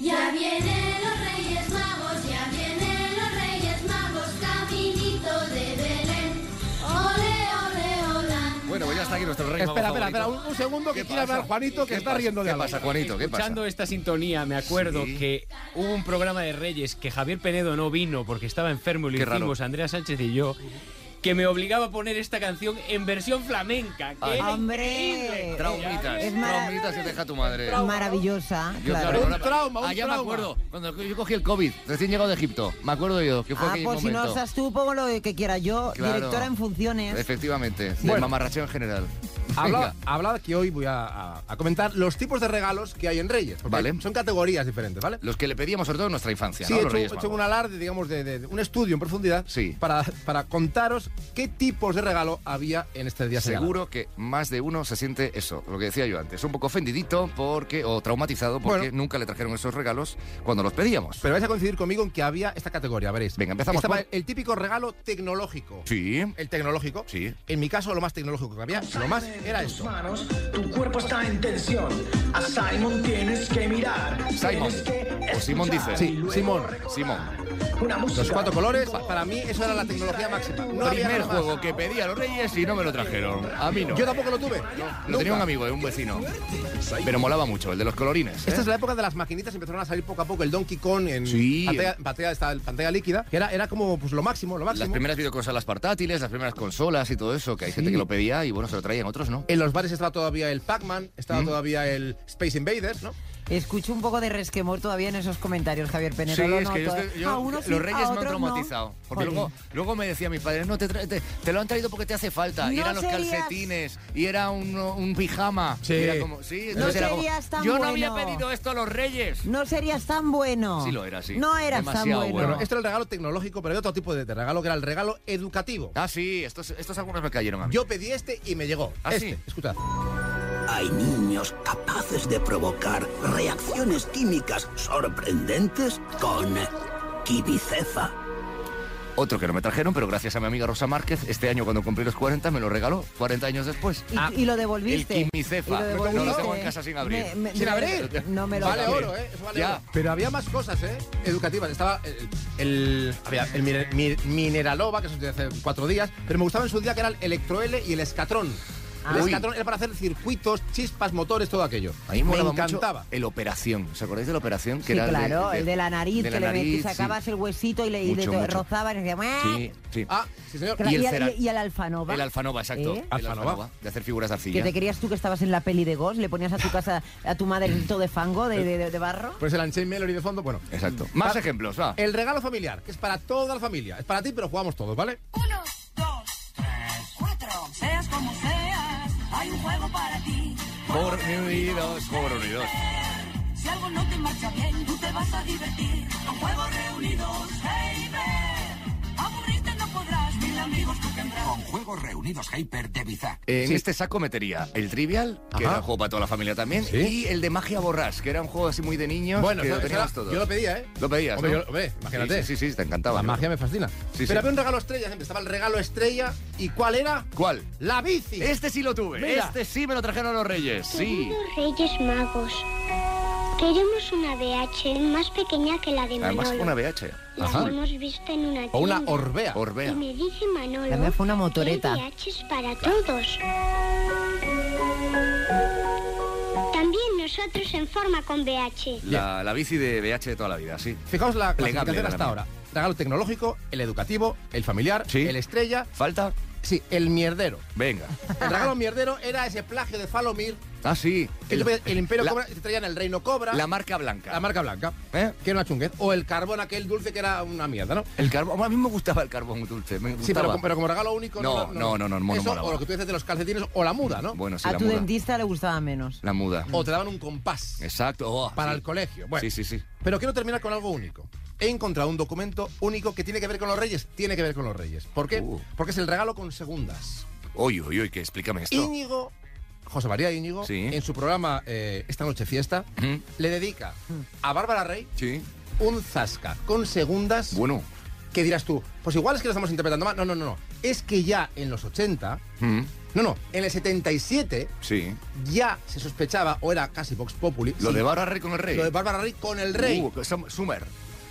Speaker 8: Ya vienen los Reyes Magos, ya vienen los Reyes Magos, caminito de Belén. Ole, ole, hola.
Speaker 2: Bueno, pues ya está aquí nuestro rey.
Speaker 9: Espera, espera, espera, un, un segundo que quiere hablar Juanito que está riendo de
Speaker 2: ¿Qué
Speaker 9: algo.
Speaker 2: pasa, Juanito? ¿Qué pasa?
Speaker 5: Escuchando esta sintonía, me acuerdo
Speaker 2: Sí.
Speaker 5: que hubo un programa de Reyes que Javier Penedo no vino porque estaba enfermo y lo
Speaker 2: Qué raro.
Speaker 5: hicimos Andrea Sánchez y yo, que me obligaba a poner esta canción en versión flamenca. que
Speaker 2: Ay.
Speaker 5: era
Speaker 4: ¡Hombre!
Speaker 5: increíble.
Speaker 2: Traumitas,
Speaker 4: Es mara-
Speaker 2: traumitas que deja tu madre.
Speaker 4: Maravillosa,
Speaker 2: Yo,
Speaker 4: claro.
Speaker 2: claro,
Speaker 9: Un
Speaker 2: ahora-
Speaker 9: trauma, un
Speaker 2: Allá me
Speaker 9: trauma.
Speaker 2: acuerdo, cuando yo cogí el COVID, recién llegado de Egipto, me acuerdo yo, que fue
Speaker 4: Ah,
Speaker 2: aquel
Speaker 4: pues si no
Speaker 2: momento.
Speaker 4: osas tú, pongo lo que quiera yo.
Speaker 2: Claro.
Speaker 4: Directora en funciones.
Speaker 2: Efectivamente, de
Speaker 9: Bueno.
Speaker 2: mamarracheo en general.
Speaker 9: Hablaba,
Speaker 2: Venga.
Speaker 9: hablaba que hoy voy a, a- a comentar los tipos de regalos que hay en Reyes. porque
Speaker 2: Vale.
Speaker 9: Son categorías diferentes, ¿vale?
Speaker 2: Los que le pedíamos sobre todo en nuestra infancia,
Speaker 9: Sí,
Speaker 2: ¿no?
Speaker 9: he
Speaker 2: Los
Speaker 9: hecho,
Speaker 2: Reyes
Speaker 9: he hecho
Speaker 2: Magos.
Speaker 9: un alarde, digamos, de, de- de un estudio, en profundidad,
Speaker 2: Sí.
Speaker 9: para, para contaros qué tipos de regalo había en este día
Speaker 2: Seguro que más de uno se siente eso, lo que decía yo antes, un poco ofendidito porque o traumatizado porque
Speaker 9: Bueno.
Speaker 2: nunca le trajeron esos regalos cuando los pedíamos.
Speaker 9: Pero vais a coincidir conmigo en que había esta categoría, veréis.
Speaker 2: Venga, empezamos
Speaker 9: Estaba
Speaker 2: por-
Speaker 9: el típico regalo tecnológico.
Speaker 2: Sí,
Speaker 9: El tecnológico.
Speaker 2: Sí.
Speaker 9: En mi caso, lo más tecnológico que había, lo más era
Speaker 10: tus
Speaker 9: esto.
Speaker 10: manos, tu cuerpo está en tensión. A Simon tienes que mirar.
Speaker 2: Simon.
Speaker 10: Tienes que
Speaker 2: O Simón dice.
Speaker 9: Sí, Simón.
Speaker 2: Simón.
Speaker 9: Los cuatro colores, pa- para mí eso era la tecnología máxima. No había
Speaker 2: Primer
Speaker 9: nada más.
Speaker 2: juego que pedí a los Reyes y no me lo trajeron. A mí no.
Speaker 9: Yo tampoco lo tuve.
Speaker 2: Lo tenía un
Speaker 9: Nunca.
Speaker 2: amigo, eh, un vecino. Pero molaba mucho, el de los colorines. ¿eh?
Speaker 9: Esta es la época de las maquinitas, empezaron a salir poco a poco el Donkey Kong en
Speaker 2: Sí.
Speaker 9: pantalla, pantalla- esta- pantalla líquida, que era, era como pues, lo máximo, lo
Speaker 2: Las
Speaker 9: máximo.
Speaker 2: primeras videoconsolas portátiles, las primeras consolas y todo eso, que hay gente
Speaker 9: Sí.
Speaker 2: que lo pedía y bueno, se lo traían, otros no.
Speaker 9: En los bares estaba todavía el Pac-Man,
Speaker 2: Mm.
Speaker 9: estaba todavía el Space Invaders, ¿no?
Speaker 11: Escucho un poco de resquemor todavía en esos comentarios, Javier Penedo.
Speaker 2: los reyes me han traumatizado. Porque luego, luego me decía mi padre, no, te, tra- te- te lo han traído porque te hace falta. y
Speaker 11: No
Speaker 2: eran los
Speaker 11: serías-
Speaker 2: calcetines, y era un, un pijama.
Speaker 9: Sí.
Speaker 2: Y era como, sí,
Speaker 4: No
Speaker 2: entonces era como,
Speaker 4: serías tan
Speaker 2: Yo no había
Speaker 4: bueno".
Speaker 2: pedido esto a los reyes.
Speaker 4: No serías tan bueno.
Speaker 2: Sí lo era, sí.
Speaker 4: No eras
Speaker 2: Demasiado
Speaker 4: tan bueno.
Speaker 2: bueno.
Speaker 9: Bueno, este era el regalo tecnológico, pero había otro tipo de, de regalo que era el regalo educativo.
Speaker 2: Ah, sí, estos, estos algunos me cayeron a mí.
Speaker 9: Yo pedí este y me llegó.
Speaker 2: ¿Ah,
Speaker 9: este,
Speaker 2: sí?
Speaker 9: escuchad.
Speaker 5: Hay niños capaces de provocar reacciones químicas sorprendentes con quibiceza.
Speaker 2: Otro que no me trajeron, pero gracias a mi amiga Rosa Márquez, este año cuando cumplí los 40 me lo regaló, 40 años después.
Speaker 4: Y,
Speaker 12: Ah,
Speaker 4: y lo devolviste.
Speaker 2: el
Speaker 4: Y
Speaker 2: quimicefa.
Speaker 4: lo
Speaker 2: No lo
Speaker 4: devolviste.
Speaker 2: tengo en este casa sin abrir.
Speaker 4: Me- me-
Speaker 9: ¿Sin
Speaker 4: me-
Speaker 9: abrir?
Speaker 4: No me lo
Speaker 9: vale
Speaker 4: creo.
Speaker 9: oro, ¿eh? Eso vale
Speaker 2: Ya.
Speaker 9: oro. Pero había más cosas, ¿eh? Educativas. Estaba el, el- había el mine- mi- Mineralova, que se utilizó hace cuatro días, pero me gustaba en su día que era el Electroel y el Escatrón. El
Speaker 2: Uy.
Speaker 9: Escatrón era para hacer circuitos, chispas, motores, todo aquello.
Speaker 2: Ah. A mí me,
Speaker 9: me
Speaker 2: molaba
Speaker 9: encantaba.
Speaker 2: mucho el Operación. ¿Os acordáis de la Operación? Que
Speaker 4: Sí,
Speaker 2: era el de-
Speaker 4: claro, el de la nariz,
Speaker 2: de
Speaker 4: que
Speaker 2: la
Speaker 4: le metí-
Speaker 2: nariz, sí.
Speaker 4: sacabas el huesito y le y
Speaker 2: Mucho,
Speaker 4: te
Speaker 2: mucho.
Speaker 4: rozabas y decía, "Mua".
Speaker 2: Sí, sí.
Speaker 9: Ah, sí, señor.
Speaker 4: Claro,
Speaker 2: Y
Speaker 4: y,
Speaker 2: el
Speaker 4: al,
Speaker 2: cera-
Speaker 4: y al Alfanova.
Speaker 2: El Alfanova, exacto.
Speaker 4: ¿Eh?
Speaker 2: El
Speaker 9: Alfanova.
Speaker 2: Alfanova, de hacer figuras de
Speaker 4: Que
Speaker 2: arcilla.
Speaker 4: te creías tú que estabas en la peli de Ghost, le ponías a tu casa, a tu madre todo de fango, de, de- de- de barro.
Speaker 9: Pues el Unchained Melody de fondo, bueno.
Speaker 2: Exacto. Más
Speaker 9: Pa-
Speaker 2: ejemplos, va.
Speaker 9: El regalo familiar, que es para toda la familia. Es para ti, pero jugamos todos, ¿vale?
Speaker 13: Uno, dos, tres, cuatro. Seas como seas, hay un juego para ti.
Speaker 2: Por unidos, por unidos.
Speaker 13: Si algo no te marcha bien, tú te vas a divertir. Con juegos reunidos, hey, ve. Aburrirte no podrás, mil amigos tú tendrás.
Speaker 5: Con Juegos Reunidos Hyper de Bizarre.
Speaker 2: En
Speaker 9: Sí.
Speaker 2: este saco metería el Trivial, que
Speaker 9: Ajá.
Speaker 2: era un juego para toda la familia también,
Speaker 9: Sí.
Speaker 2: y el de Magia Borrás, que era un juego así muy de niños,
Speaker 9: Bueno,
Speaker 2: que
Speaker 9: eso-
Speaker 2: lo
Speaker 9: eso
Speaker 2: teníamos
Speaker 9: era-
Speaker 2: todos.
Speaker 9: yo lo pedía, ¿eh?
Speaker 2: Lo pedías,
Speaker 9: Hombre,
Speaker 2: ¿no?
Speaker 9: yo lo- hombre, imagínate.
Speaker 2: Sí, sí, sí, sí, te encantaba.
Speaker 9: La
Speaker 2: claro.
Speaker 9: magia me fascina.
Speaker 2: Sí, sí.
Speaker 9: Pero había un regalo estrella siempre. Estaba el regalo estrella. ¿Y cuál era?
Speaker 2: ¿Cuál?
Speaker 9: La bici.
Speaker 2: Este sí lo tuve.
Speaker 9: Mira.
Speaker 2: Este sí me lo trajeron los Reyes. Sí.
Speaker 8: Reyes Magos, queremos una BH más pequeña que la de
Speaker 2: Además, una BH.
Speaker 8: La hemos visto en una
Speaker 9: O una Orbea.
Speaker 2: Orbea.
Speaker 8: me dice Manolo
Speaker 4: La mía fue una motoreta.
Speaker 8: que VH es para todos. También nosotros en forma con BH.
Speaker 2: La, la bici de BH de toda la vida, sí.
Speaker 9: Fijaos la
Speaker 2: Plegable
Speaker 9: clasificación
Speaker 2: era
Speaker 9: hasta
Speaker 2: la
Speaker 9: ahora. Regalo tecnológico, el educativo, el familiar,
Speaker 2: Sí.
Speaker 9: el estrella,
Speaker 2: ¿Falta?
Speaker 9: sí, el mierdero.
Speaker 2: Venga.
Speaker 9: El regalo mierdero era ese plagio de Falomir.
Speaker 2: Ah, sí.
Speaker 9: que tú ves, El, Imperio
Speaker 2: la,
Speaker 9: Cobra, te traían el Reino Cobra,
Speaker 2: la marca blanca.
Speaker 9: la marca blanca,
Speaker 2: ¿Eh?
Speaker 9: que era una chunguez. O el carbón aquel dulce que era una mierda, ¿no?
Speaker 2: El carbón. A mí me gustaba el carbón dulce. Me gustaba.
Speaker 9: Sí, pero, pero como regalo único...
Speaker 2: No, no, no, no, no, no
Speaker 9: Eso,
Speaker 2: molaba. Mm,
Speaker 9: o lo que tú dices de los calcetines, o la muda, ¿no?
Speaker 2: Bueno, sí,
Speaker 4: A
Speaker 2: la
Speaker 4: tu
Speaker 2: muda.
Speaker 4: dentista le gustaba menos.
Speaker 2: La muda.
Speaker 9: O te daban un compás
Speaker 2: Exacto. Oh,
Speaker 9: para
Speaker 2: sí.
Speaker 9: el colegio. Bueno,
Speaker 2: Sí, sí, sí.
Speaker 9: Pero quiero terminar con algo único. He encontrado un documento único que tiene que ver con los reyes. Tiene que ver con los reyes. ¿Por qué?
Speaker 2: Uh. Oh.
Speaker 9: Porque es el regalo con segundas.
Speaker 2: Oye, oye, oye, que explícame esto.
Speaker 9: Íñigo, José María Íñigo,
Speaker 2: Sí.
Speaker 9: en su programa eh, Esta Noche Fiesta,
Speaker 2: Ujú.
Speaker 9: le dedica a Bárbara Rey
Speaker 2: Sí.
Speaker 9: un zasca con segundas.
Speaker 2: Bueno.
Speaker 9: Que dirás tú, pues igual es que lo estamos interpretando mal. No, no, no, no. Es que ya en los 80,
Speaker 2: Mm,
Speaker 9: no, no, en el 77
Speaker 2: Sí.
Speaker 9: ya se sospechaba, o era casi Vox Populi,
Speaker 2: Lo
Speaker 9: sí,
Speaker 2: de Bárbara Rey con el rey.
Speaker 9: lo de Bárbara Rey con el rey.
Speaker 2: Uh, Sum- Sumer.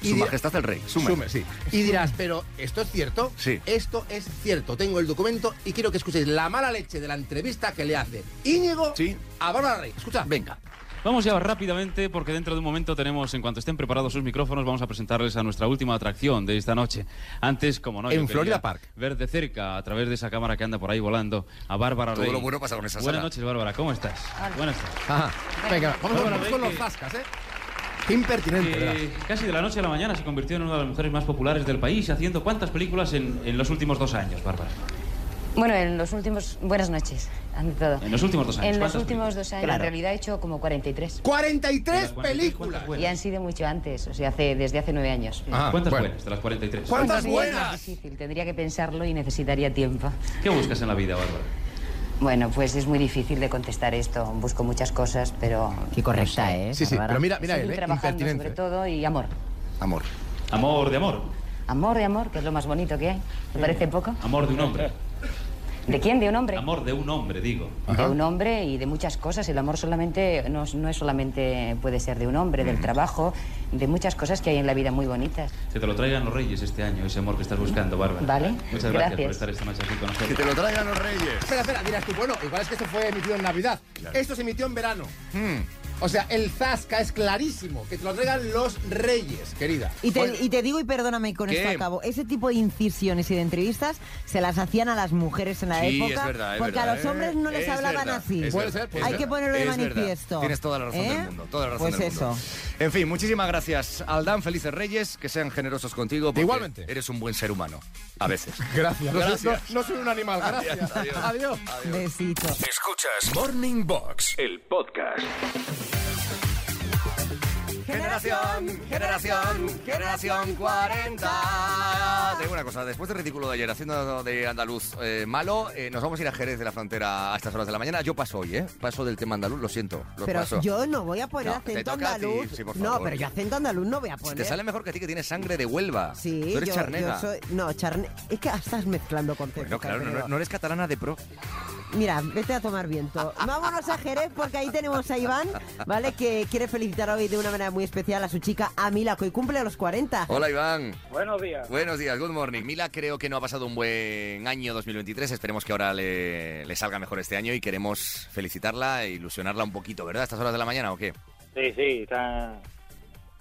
Speaker 9: Y
Speaker 2: Su
Speaker 9: di-
Speaker 2: majestad el rey. Sumer.
Speaker 9: Sumer, sí. Y dirás, pero ¿esto es cierto?
Speaker 2: Sí.
Speaker 9: Esto es cierto. Tengo el documento y quiero que escuchéis la mala leche de la entrevista que le hace Íñigo
Speaker 2: Sí.
Speaker 9: a Bárbara Rey. Escucha.
Speaker 2: Venga.
Speaker 12: Vamos ya rápidamente porque dentro de un momento tenemos, en cuanto estén preparados sus micrófonos, vamos a presentarles a nuestra última atracción de esta noche. Antes, como no, yo
Speaker 9: En
Speaker 12: quería
Speaker 9: Florida Park.
Speaker 12: Ver de cerca, a través de esa cámara que anda por ahí volando, a Bárbara
Speaker 2: Todo
Speaker 12: Rey.
Speaker 2: lo bueno pasa con esa
Speaker 12: Buenas
Speaker 2: sala.
Speaker 12: noches, Bárbara, ¿cómo estás? Buenas tardes.
Speaker 9: Ajá. Venga, vamos,
Speaker 12: Bárbara
Speaker 9: vamos
Speaker 12: Rey
Speaker 9: con
Speaker 12: que-
Speaker 9: los zascas, ¿eh? Qué impertinente,
Speaker 12: Eh,
Speaker 9: ¿verdad?
Speaker 12: casi de la noche a la mañana se convirtió en una de las mujeres más populares del país, haciendo cuántas películas en, en los últimos dos años, Bárbara.
Speaker 13: Bueno, en los últimos. Buenas noches, ante todo.
Speaker 12: En los últimos dos años.
Speaker 13: En los
Speaker 12: ¿cuántas
Speaker 13: últimos
Speaker 12: películas?
Speaker 13: dos años, en realidad he hecho como 43.
Speaker 9: 43
Speaker 12: De las 43,
Speaker 9: películas.
Speaker 12: ¿cuántas buenas?
Speaker 13: Y han sido mucho antes, o sea, hace, desde hace nueve años.
Speaker 9: Ah,
Speaker 12: ¿Cuántas
Speaker 9: bueno.
Speaker 12: buenas de las 43?
Speaker 9: ¿Cuántas
Speaker 13: Sería más
Speaker 9: buenas?
Speaker 13: difícil, tendría que pensarlo y necesitaría tiempo.
Speaker 12: ¿Qué buscas en la vida, Bárbara?
Speaker 13: Bueno, pues es muy difícil de contestar esto. Busco muchas cosas, pero.
Speaker 4: Qué correcta,
Speaker 13: no sé.
Speaker 4: ¿eh?
Speaker 9: Sí, sí,
Speaker 4: Bárbara?
Speaker 9: pero mira, mira él,
Speaker 13: Seguir
Speaker 9: ¿eh?
Speaker 13: trabajando sobre
Speaker 9: Impertinente.
Speaker 13: todo y amor.
Speaker 2: Amor.
Speaker 12: Amor de amor.
Speaker 13: Amor de amor, que es lo más bonito que hay. ¿Te parece poco?
Speaker 12: Amor de un hombre.
Speaker 13: ¿De quién? ¿De un hombre?
Speaker 12: Amor de un hombre, digo.
Speaker 13: De un hombre y de muchas cosas. El amor solamente no, es- no es solamente puede ser de un hombre, del trabajo, de muchas cosas que hay en la vida muy bonitas.
Speaker 12: Que te lo traigan los reyes este año, ese amor que estás buscando, Bárbara.
Speaker 13: Vale,
Speaker 12: Muchas gracias,
Speaker 13: gracias.
Speaker 12: por estar esta noche aquí con nosotros.
Speaker 2: Que te lo traigan los reyes.
Speaker 9: Espera, espera, dirás tú, bueno, igual es que esto fue emitido en Navidad.
Speaker 2: Claro.
Speaker 9: Esto se emitió en verano.
Speaker 2: Hmm.
Speaker 9: O sea, el Zasca es clarísimo, que te lo traigan los reyes, querida.
Speaker 10: Y te,
Speaker 9: Oye,
Speaker 10: y te digo, y perdóname y con
Speaker 9: ¿Qué?
Speaker 10: esto acabo, ese tipo de incisiones y de entrevistas se las hacían a las mujeres en la
Speaker 2: Sí,
Speaker 10: época.
Speaker 2: es verdad, es
Speaker 10: porque
Speaker 2: verdad,
Speaker 10: a los
Speaker 2: ¿eh?
Speaker 10: hombres no les
Speaker 2: Es
Speaker 10: hablaban
Speaker 2: verdad,
Speaker 10: así.
Speaker 2: es Puede verdad,
Speaker 10: Hay
Speaker 2: ser, es
Speaker 10: que
Speaker 2: verdad,
Speaker 10: ponerlo de
Speaker 2: es verdad.
Speaker 10: manifiesto.
Speaker 2: Tienes toda la razón
Speaker 10: ¿Eh?
Speaker 2: del mundo. Toda la razón
Speaker 10: pues
Speaker 2: del
Speaker 10: eso.
Speaker 2: mundo. En fin, muchísimas gracias, Aldán. Felices Reyes, que sean generosos contigo. porque
Speaker 9: Igualmente.
Speaker 2: Eres un buen ser humano. A veces.
Speaker 9: Gracias. No,
Speaker 2: Gracias.
Speaker 9: no- no soy un animal,
Speaker 2: Adiós,
Speaker 9: gracias.
Speaker 2: adiós.
Speaker 9: adiós.
Speaker 10: Besito.
Speaker 1: Escuchas Morning Box, el podcast.
Speaker 2: Generación, generación, generación 40. Te digo una cosa, después del ridículo de ayer haciendo de andaluz eh, malo, eh, nos vamos a ir a Jerez de la Frontera a estas horas de la mañana. Yo paso hoy, ¿eh? Paso del tema andaluz, lo siento. Lo
Speaker 4: Pero
Speaker 2: paso.
Speaker 4: yo no voy a poner
Speaker 2: No, te
Speaker 4: acento
Speaker 2: toca a ti,
Speaker 4: andaluz.
Speaker 2: sí, por
Speaker 4: no,
Speaker 2: favor.
Speaker 4: pero yo acento andaluz no voy a
Speaker 2: Si
Speaker 4: poner.
Speaker 2: te sale mejor que a ti que tienes sangre de Huelva.
Speaker 4: Sí,
Speaker 2: Tú eres
Speaker 4: yo-
Speaker 2: charnega.
Speaker 4: yo soy- no, charne... Es que estás mezclando conceptos.
Speaker 2: Bueno, claro, no-
Speaker 4: Alfredo.
Speaker 2: no, no eres catalana de pro.
Speaker 4: Mira, vete a tomar viento. Vámonos a Jerez porque ahí tenemos a Iván, ¿vale? Que quiere felicitar hoy de una manera muy especial a su chica, a Mila, que hoy cumple a los 40.
Speaker 2: Hola, Iván.
Speaker 14: Buenos días.
Speaker 2: Buenos días, good morning. Mila creo que no ha pasado un buen año 2023. Esperemos que ahora le, le salga mejor este año y queremos felicitarla e ilusionarla un poquito, ¿verdad? ¿A ¿Estas horas de la mañana o qué?
Speaker 14: Sí, sí, está-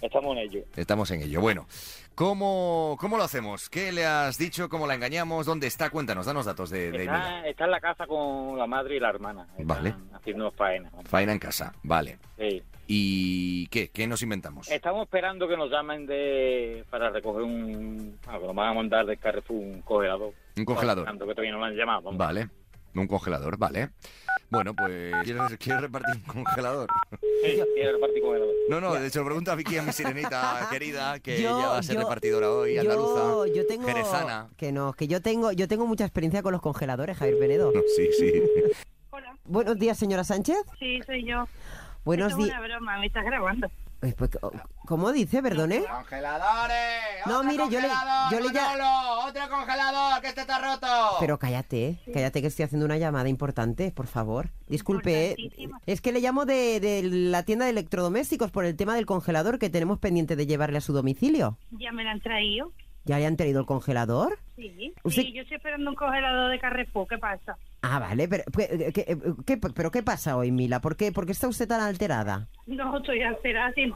Speaker 14: estamos en ello.
Speaker 2: Estamos en ello. Bueno, ¿cómo, cómo lo hacemos? ¿Qué le has dicho? ¿Cómo la engañamos? ¿Dónde está? Cuéntanos, danos datos de, de Mila.
Speaker 14: Está, está en la casa con la madre y la hermana,
Speaker 2: Vale.
Speaker 14: haciendo faena.
Speaker 2: Faena en casa, vale.
Speaker 14: Sí.
Speaker 2: ¿Y qué? ¿Qué nos inventamos?
Speaker 14: Estamos esperando que nos llamen de Eh, para recoger un... Ah, que nos van a mandar del Carrefour un congelador.
Speaker 2: Un congelador.
Speaker 14: Tanto que todavía no lo han llamado. vamos.
Speaker 2: Vale. Un congelador, vale. Bueno, pues... ¿Quieres, quieres repartir un congelador?
Speaker 14: Sí, quiero repartir congelador.
Speaker 2: No, no, de hecho, lo pregunto a Vicky, a mi sirenita querida, que
Speaker 4: Yo-
Speaker 2: ella va a ser
Speaker 4: yo-
Speaker 2: repartidora hoy,
Speaker 4: Yo,
Speaker 2: andaluza,
Speaker 4: yo tengo
Speaker 2: jerezana.
Speaker 4: que no, que yo tengo, yo tengo mucha experiencia con los congeladores, Javier Penedo.
Speaker 2: sí, sí.
Speaker 4: Buenos días, señora Sánchez.
Speaker 15: Sí, soy yo.
Speaker 4: Buenos
Speaker 15: Esto es
Speaker 4: días.
Speaker 15: una broma, me estás grabando.
Speaker 4: Ay, pues, o- ¿Cómo dice, perdone?
Speaker 9: ¡Congeladores!
Speaker 4: No, mire, yo le, yo le ya-
Speaker 9: ¡Otro congelador! ¡Que este está roto!
Speaker 4: Pero cállate, eh, cállate que estoy haciendo una llamada importante, por favor. Disculpe, eh, es que le llamo de, de la tienda de electrodomésticos por el tema del congelador que tenemos pendiente de llevarle a su domicilio.
Speaker 15: Ya me la han traído.
Speaker 4: ¿Ya le han traído el congelador?
Speaker 15: Sí,
Speaker 4: Usted-
Speaker 15: sí, yo estoy esperando un congelador de Carrefour, ¿qué pasa?
Speaker 4: Ah, vale, pero ¿qué, qué- qué- pero ¿qué pasa hoy, Mila? ¿Por qué, por qué está usted tan alterada?
Speaker 15: No, estoy alterada, sí.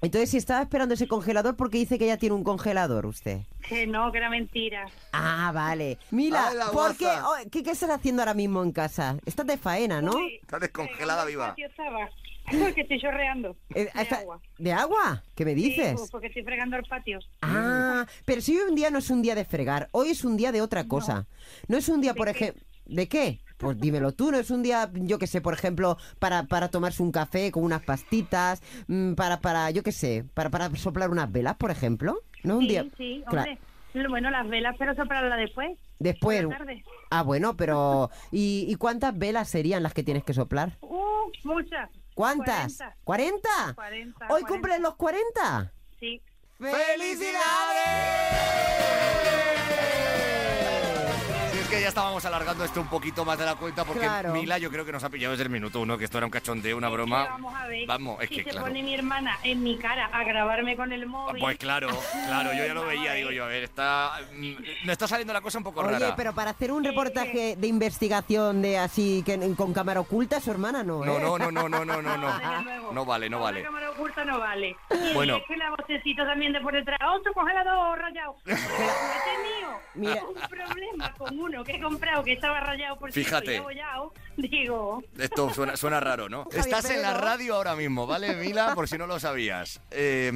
Speaker 4: Entonces, si estaba esperando ese congelador, ¿por qué dice que ya tiene un congelador usted?
Speaker 15: que no, que era mentira.
Speaker 4: Ah, vale. Mila,
Speaker 15: Ay, la
Speaker 4: ¿por qué,
Speaker 15: guasa.
Speaker 4: oh, qué, qué estás haciendo ahora mismo en casa? Estás de faena, ¿no?
Speaker 15: Uy,
Speaker 2: Está descongelada
Speaker 15: viva. Yo estaba, porque estoy chorreando.
Speaker 4: Eh,
Speaker 15: de
Speaker 4: está-
Speaker 15: agua.
Speaker 4: ¿De agua? ¿Qué me
Speaker 15: Sí,
Speaker 4: dices?
Speaker 15: pues, porque estoy fregando el patio.
Speaker 4: Ah, pero si hoy un día no es un día de fregar, hoy es un día de otra cosa. No es un día, por ejemplo, ¿de qué? Pues dímelo tú, no es un día, yo qué sé, por ejemplo, para, para tomarse un café con unas pastitas, mm, para, para yo qué sé, para, para soplar unas velas, por ejemplo. No es un
Speaker 15: sí,
Speaker 4: día.
Speaker 15: sí,
Speaker 4: Claro.
Speaker 15: hombre. Bueno, las velas, pero soprarlas después.
Speaker 4: Después.
Speaker 15: por la tarde.
Speaker 4: Ah, bueno, pero. ¿y, y cuántas velas serían las que tienes que soplar?
Speaker 15: Uh, muchas.
Speaker 4: ¿Cuántas?
Speaker 15: 40.
Speaker 4: ¿Cuarenta?
Speaker 15: 40,
Speaker 4: ¿Hoy
Speaker 15: 40.
Speaker 4: cumplen los 40?
Speaker 15: Sí.
Speaker 2: Si es que ya estábamos alargando esto un poquito más de la cuenta porque
Speaker 15: Claro.
Speaker 2: Mila yo creo que nos ha pillado desde el minuto uno, que esto era un cachondeo, una broma.
Speaker 15: Que Vamos a ver.
Speaker 2: Vamos, es
Speaker 15: si
Speaker 2: que
Speaker 15: se
Speaker 2: claro.
Speaker 15: pone mi hermana en mi cara a grabarme con el móvil.
Speaker 2: Pues claro, claro, yo ya lo veía, digo yo, a ver, está... mm, Me está saliendo la cosa un poco
Speaker 4: Oye,
Speaker 2: rara.
Speaker 4: pero para hacer un reportaje de investigación de así que en- con cámara oculta, su hermana no, ¿eh?
Speaker 2: No, no, no, no, no, no, no,
Speaker 15: desde
Speaker 2: no.
Speaker 15: luego.
Speaker 2: No vale, no vale.
Speaker 15: La cámara oculta no vale. Y
Speaker 2: Bueno.
Speaker 15: es que la vocecita también de por detrás. "Oh, ¡Otro congelador rayado! He tenido
Speaker 4: Mira.
Speaker 15: un problema con uno que he comprado que estaba rayado por
Speaker 2: Fíjate.
Speaker 15: cierto, y abollado. Digo,
Speaker 2: Esto suena, suena raro, ¿no?
Speaker 15: Javier
Speaker 2: Estás en la
Speaker 15: Penedo.
Speaker 2: radio ahora mismo, ¿vale, Mila? Por si no lo sabías. Eh,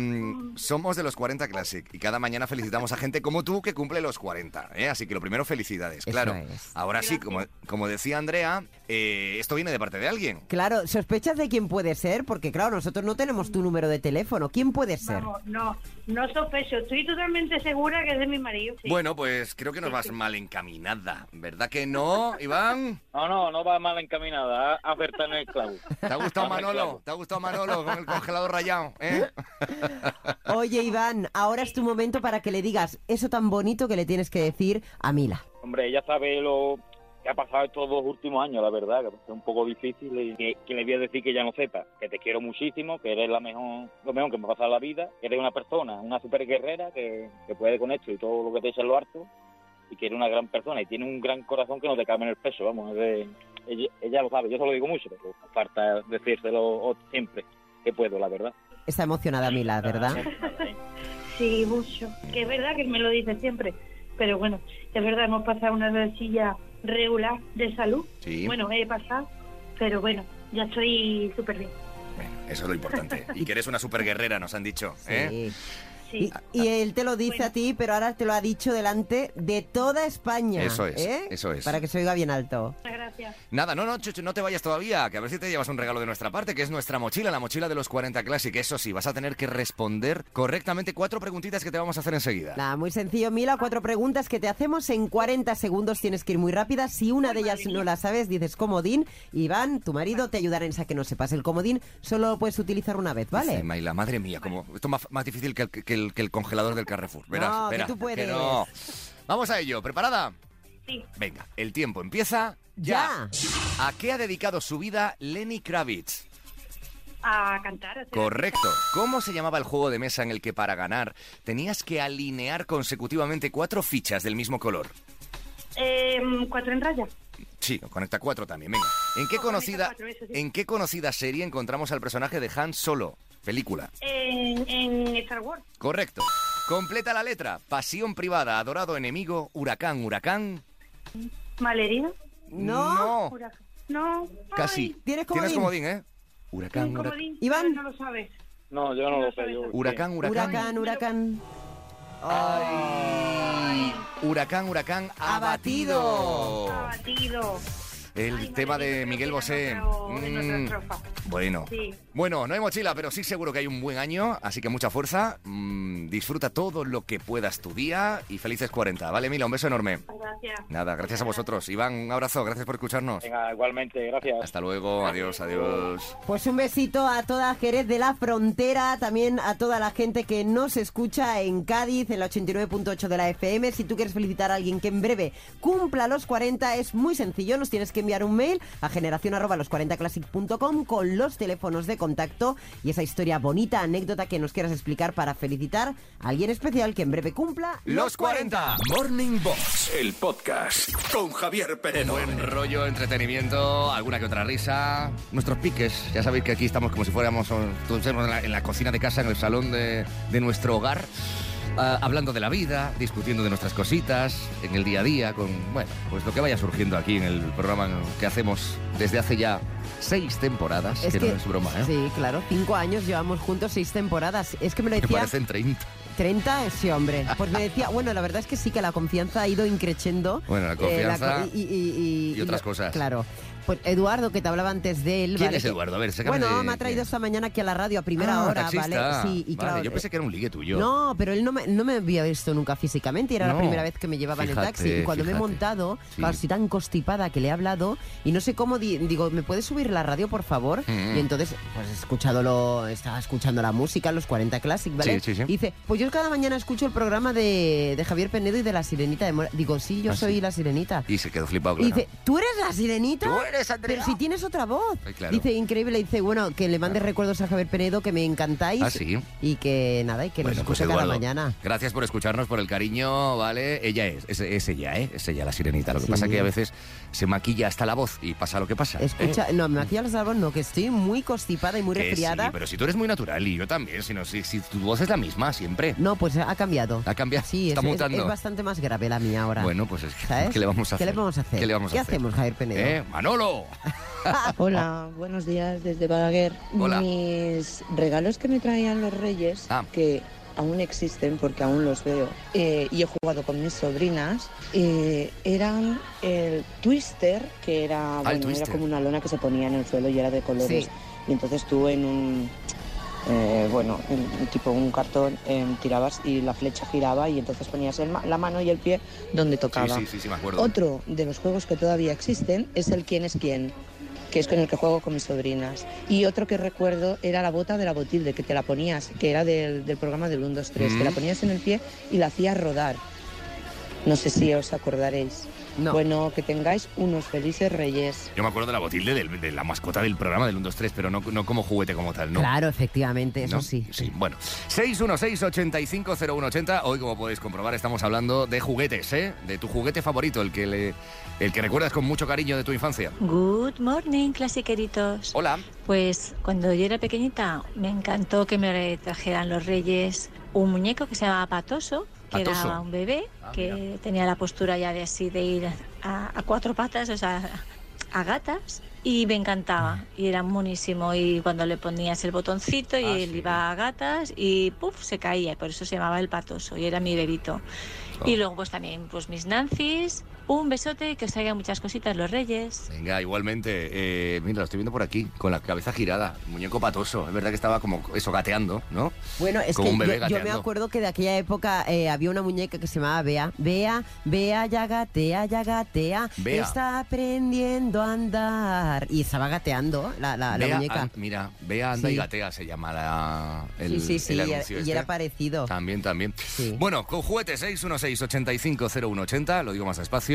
Speaker 2: somos de los 40 Classic y cada mañana felicitamos a gente como tú que cumple los 40. ¿eh? Así que lo primero, felicidades, claro. Ahora sí, como, como decía Andrea, eh, esto viene de parte de alguien.
Speaker 4: Claro, ¿sospechas de quién puede ser? Porque claro, nosotros no tenemos tu número de teléfono. ¿Quién puede ser?
Speaker 15: vamos, no, no sospecho. Estoy totalmente segura que es de mi marido. sí.
Speaker 2: Bueno, pues creo que nos vas mal encaminada, ¿verdad que no, Iván?
Speaker 14: No, no, no va mal encaminada. Ha acertado en el clavo.
Speaker 2: ¿Te ha gustado Manolo? ¿Te ha gustado Manolo con el congelador rayado? eh?
Speaker 4: Oye, Iván, ahora es tu momento para que le digas eso tan bonito que le tienes que decir a Mila.
Speaker 14: Hombre, ella sabe lo, que ha pasado estos dos últimos años, la verdad, que es un poco difícil y que, que le voy a decir que ya no sepa, que te quiero muchísimo, que eres la mejor, lo mejor que me ha pasado en la vida, que eres una persona, una super guerrera que, que puede con esto y todo lo que te echa en lo harto y que eres una gran persona y tiene un gran corazón que no te cabe en el peso, vamos, es de- ella, ella lo sabe, yo se lo digo mucho, pero falta decírselo siempre que puedo, la verdad.
Speaker 4: Está emocionada Mila, ¿verdad?
Speaker 15: Sí, mucho. Que es verdad que me lo dice siempre. Pero bueno, es verdad, hemos pasado una silla regular de salud.
Speaker 2: Sí.
Speaker 15: Bueno, he pasado, pero bueno, ya estoy súper bien.
Speaker 2: Eso es lo importante. Y que eres una superguerrera, nos han dicho. ¿eh? Ah.
Speaker 15: Sí.
Speaker 4: Y, y él te lo dice a ti, pero ahora te lo ha dicho delante de toda España.
Speaker 2: Eso es,
Speaker 4: ¿eh?
Speaker 2: eso es.
Speaker 4: Para que se oiga bien alto.
Speaker 15: Muchas gracias.
Speaker 2: Nada, no, no, Chuchu, no te vayas todavía, que a ver si te llevas un regalo de nuestra parte, que es nuestra mochila, la mochila de los 40 Classic. Eso sí, vas a tener que responder correctamente cuatro preguntitas que te vamos a hacer enseguida.
Speaker 4: Nada, muy sencillo, Mila. Cuatro preguntas que te hacemos en 40 segundos. Tienes que ir muy rápida. Si una de ellas no la sabes, dices comodín. Iván, tu marido, te ayudará en esa que no sepas. El comodín solo lo puedes utilizar una vez,
Speaker 2: Sí,
Speaker 4: ¿vale?
Speaker 2: Maila, madre mía, como esto es más, más difícil que el, que el- que el congelador del Carrefour. Verás,
Speaker 4: No, que
Speaker 2: verás,
Speaker 4: tú puedes.
Speaker 2: no. Vamos a ello, ¿preparada?
Speaker 15: Sí.
Speaker 2: Venga, el tiempo empieza ya. ¿A qué ha dedicado su vida Lenny Kravitz?
Speaker 15: A cantar. a hacer-
Speaker 2: Correcto. ¿Cómo se llamaba el juego de mesa en el que para ganar tenías que alinear consecutivamente cuatro fichas del mismo color?
Speaker 15: Eh, cuatro en raya.
Speaker 2: Sí, conecta cuatro también, venga. ¿En qué conocida,
Speaker 15: cuatro, eso sí.
Speaker 2: ¿en qué conocida serie encontramos al personaje de Han Solo? Película.
Speaker 15: En, en Star Wars.
Speaker 2: Correcto. Completa la letra. Pasión privada, adorado enemigo, huracán, huracán.
Speaker 15: Malherida.
Speaker 2: No.
Speaker 15: Huracán. No.
Speaker 2: Casi.
Speaker 4: ¿Tienes
Speaker 2: como
Speaker 4: comodín?
Speaker 2: Tienes comodín, ¿eh?
Speaker 15: Ay,
Speaker 2: Huracán, huracán.
Speaker 15: comodín,
Speaker 4: Iván.
Speaker 15: No lo sabes.
Speaker 14: No, yo no lo sé. Yo,
Speaker 2: Huracán, huracán.
Speaker 4: Huracán, huracán.
Speaker 2: Huracán, huracán, abatido.
Speaker 15: Abatido.
Speaker 2: El tema de Miguel Bosé.
Speaker 15: En
Speaker 2: Mm,
Speaker 15: otra estrofa.
Speaker 2: bueno.
Speaker 15: Sí.
Speaker 2: Bueno, no hay mochila, pero sí seguro que hay un buen año, así que mucha fuerza. Mm, disfruta todo lo que puedas tu día y felices 40. Vale, Mila, un beso enorme.
Speaker 15: Gracias.
Speaker 2: Nada, gracias a vosotros. Iván, un abrazo, gracias por escucharnos.
Speaker 14: Venga, igualmente, gracias.
Speaker 2: Hasta luego, adiós, adiós.
Speaker 4: Pues un besito a toda Jerez de la Frontera, también a toda la gente que nos escucha en Cádiz, en la 89.8 de la FM. Si tú quieres felicitar a alguien que en breve cumpla los 40, es muy sencillo. Nos tienes que enviar un mail a generación arroba los40classic.com con los teléfonos de contacto y esa historia bonita, anécdota que nos quieras explicar para felicitar a alguien especial que en breve cumpla
Speaker 2: Los 40.
Speaker 1: Morning Box, el podcast con Javier Pereno.
Speaker 2: Buen rollo, entretenimiento, alguna que otra risa. Nuestros piques, ya sabéis que aquí estamos como si fuéramos o estuviésemos en la, en la cocina de casa, en el salón de, de nuestro hogar, ah, hablando de la vida, discutiendo de nuestras cositas, en el día a día, con, bueno, pues lo que vaya surgiendo aquí en el programa que hacemos desde hace ya seis temporadas,
Speaker 4: Es
Speaker 2: que,
Speaker 4: que-
Speaker 2: no es broma, ¿eh?
Speaker 4: Sí, claro, cinco años llevamos juntos, seis temporadas. Es que me lo
Speaker 2: Que
Speaker 4: decía...
Speaker 2: parecen 30.
Speaker 4: 30, sí, hombre. Pues me decía, bueno, la verdad es que sí que la confianza ha ido increciendo.
Speaker 2: Bueno, la
Speaker 4: Eh,
Speaker 2: confianza
Speaker 4: co- y, y- y-
Speaker 2: y otras
Speaker 4: lo-
Speaker 2: cosas.
Speaker 4: Claro. Pues Eduardo, que te hablaba antes de él.
Speaker 2: ¿Quién
Speaker 4: ¿vale?
Speaker 2: es
Speaker 4: Que-
Speaker 2: Eduardo? A ver, sácame
Speaker 4: Bueno,
Speaker 2: de-
Speaker 4: me ha traído
Speaker 2: ¿quién?
Speaker 4: esta mañana aquí a la radio a primera
Speaker 2: Ah,
Speaker 4: hora,
Speaker 2: taxista.
Speaker 4: ¿vale? Sí, y
Speaker 2: Vale,
Speaker 4: claro.
Speaker 2: yo pensé que era un ligue tuyo.
Speaker 4: No, pero él no me, no me había visto nunca físicamente, y era
Speaker 2: No.
Speaker 4: la primera vez que me llevaba en
Speaker 2: Fíjate,
Speaker 4: el taxi. Y cuando me he
Speaker 2: fíjate.
Speaker 4: montado,
Speaker 2: Sí.
Speaker 4: claro, estoy tan constipada que le he hablado y no sé cómo, di- digo, ¿me puedes subir la radio, por favor?
Speaker 2: Mm.
Speaker 4: Y entonces, pues he escuchado lo, estaba escuchando la música, los 40 Classic, ¿vale?
Speaker 2: Sí, sí, sí.
Speaker 4: Y dice, pues yo cada mañana escucho el programa de, de Javier Penedo y de La Sirenita de Mora. Digo, sí, yo
Speaker 2: Ah,
Speaker 4: soy
Speaker 2: sí.
Speaker 4: La Sirenita.
Speaker 2: Y se quedó flipado,
Speaker 4: Y
Speaker 2: claro.
Speaker 4: dice, ¿tú eres la sirenita?
Speaker 2: ¿Tú eres, Andrea?
Speaker 4: Pero si tienes otra voz.
Speaker 2: Ay, claro.
Speaker 4: Dice, increíble. Dice, bueno, que le mandes recuerdos a Javier Penedo, que me encantáis.
Speaker 2: Ah, sí.
Speaker 4: Y que nada, y que nos
Speaker 2: Bueno, pues
Speaker 4: escucha cada
Speaker 2: Eduardo,
Speaker 4: mañana.
Speaker 2: Gracias por escucharnos, por el cariño, ¿vale? Ella es, es, es ella, ¿eh? Es ella la sirenita. Lo que
Speaker 4: Sí.
Speaker 2: pasa es que a veces se maquilla hasta la voz y pasa lo que pasa.
Speaker 4: Escucha, no, me hacía los árboles, no, que estoy muy constipada y muy
Speaker 2: Eh. Que
Speaker 4: resfriada.
Speaker 2: sí, pero si tú eres muy natural y yo también, si, no, si, si tu voz es la misma siempre.
Speaker 4: No, pues ha cambiado.
Speaker 2: Ha cambiado,
Speaker 4: Sí,
Speaker 2: está
Speaker 4: es, es-
Speaker 2: mutando.
Speaker 4: es bastante más grave la mía ahora.
Speaker 2: Bueno, pues es que,
Speaker 4: ¿Sabes?
Speaker 2: ¿qué le vamos a
Speaker 4: ¿Qué
Speaker 2: hacer?
Speaker 4: le vamos a hacer?
Speaker 2: ¿Qué le vamos a
Speaker 4: ¿Qué
Speaker 2: hacer?
Speaker 4: hacemos, Javier Penedo?
Speaker 2: ¿Eh? ¡Manolo!
Speaker 16: Ah.
Speaker 17: Hola, buenos días desde Balaguer.
Speaker 2: Hola.
Speaker 17: Mis regalos que me traían los reyes,
Speaker 16: Ah.
Speaker 17: que aún existen porque aún los veo, eh, y he jugado con mis sobrinas, eh, eran el twister, que era,
Speaker 16: Ah, el
Speaker 17: bueno, era
Speaker 16: twister.
Speaker 17: como una lona que se ponía en el suelo y era de colores.
Speaker 16: Sí.
Speaker 17: Y entonces tú en un, eh, bueno, en- tipo un cartón eh, tirabas y la flecha giraba y entonces ponías el ma- la mano y el pie donde tocaba.
Speaker 2: Sí, sí, sí, sí, me acuerdo.
Speaker 17: Otro de los juegos que todavía existen es el quién es quién, que es con el que juego con mis sobrinas. Y otro que recuerdo era la bota de la botilde, que te la ponías, que era del, del programa del 1, 2, 3,
Speaker 2: Mm.
Speaker 17: que la ponías en el pie y la hacías rodar. No sé si os acordaréis. Bueno, que tengáis unos felices reyes.
Speaker 2: Yo me acuerdo de la botilde, del- de la mascota del programa del 1, 2, 3, pero no, no como juguete como tal, ¿no?
Speaker 10: Claro, efectivamente, eso
Speaker 2: ¿No?
Speaker 10: sí.
Speaker 2: Sí, bueno. 616-850180. Hoy, como podéis comprobar, estamos hablando de juguetes, ¿eh? De tu juguete favorito, el que, le, el que recuerdas con mucho cariño de tu infancia.
Speaker 16: Good morning, clasiqueritos.
Speaker 2: Hola.
Speaker 16: Pues cuando yo era pequeñita me encantó que me trajeran los reyes un muñeco que se llamaba Patoso, que
Speaker 18: Patoso.
Speaker 16: era un bebé que tenía la postura ya de así de ir a, a cuatro patas, o sea, a gatas. Y me encantaba, y era monísimo. Y cuando le ponías el botoncito y
Speaker 19: Ah,
Speaker 16: él iba a gatas y puff, se caía, y por eso se llamaba el patoso, y era mi bebito. Y luego pues también pues mis Nancy's, un besote y que os traigan muchas cositas los reyes.
Speaker 2: Venga, igualmente. eh, mira, lo estoy viendo por aquí, con la cabeza girada, muñeco patoso. Es verdad que estaba como eso, gateando, ¿no?
Speaker 4: Bueno, es
Speaker 2: como
Speaker 4: que
Speaker 2: un bebé
Speaker 4: yo, yo
Speaker 2: gateando.
Speaker 4: me acuerdo que de aquella época eh, había una muñeca que se llamaba Bea. Bea, Bea, ya gatea, ya gatea.
Speaker 2: Bea.
Speaker 4: Está aprendiendo a andar. Y estaba gateando la, la- la
Speaker 2: Bea,
Speaker 4: muñeca.
Speaker 2: an- ah, mira, vea, anda y
Speaker 4: Sí.
Speaker 2: gatea se llama la, el,
Speaker 4: sí, sí, sí.
Speaker 2: el
Speaker 4: y era-
Speaker 2: anuncio
Speaker 4: y
Speaker 2: este.
Speaker 4: era parecido.
Speaker 2: También, también. Bueno, con juguete 616-850180, lo digo más despacio,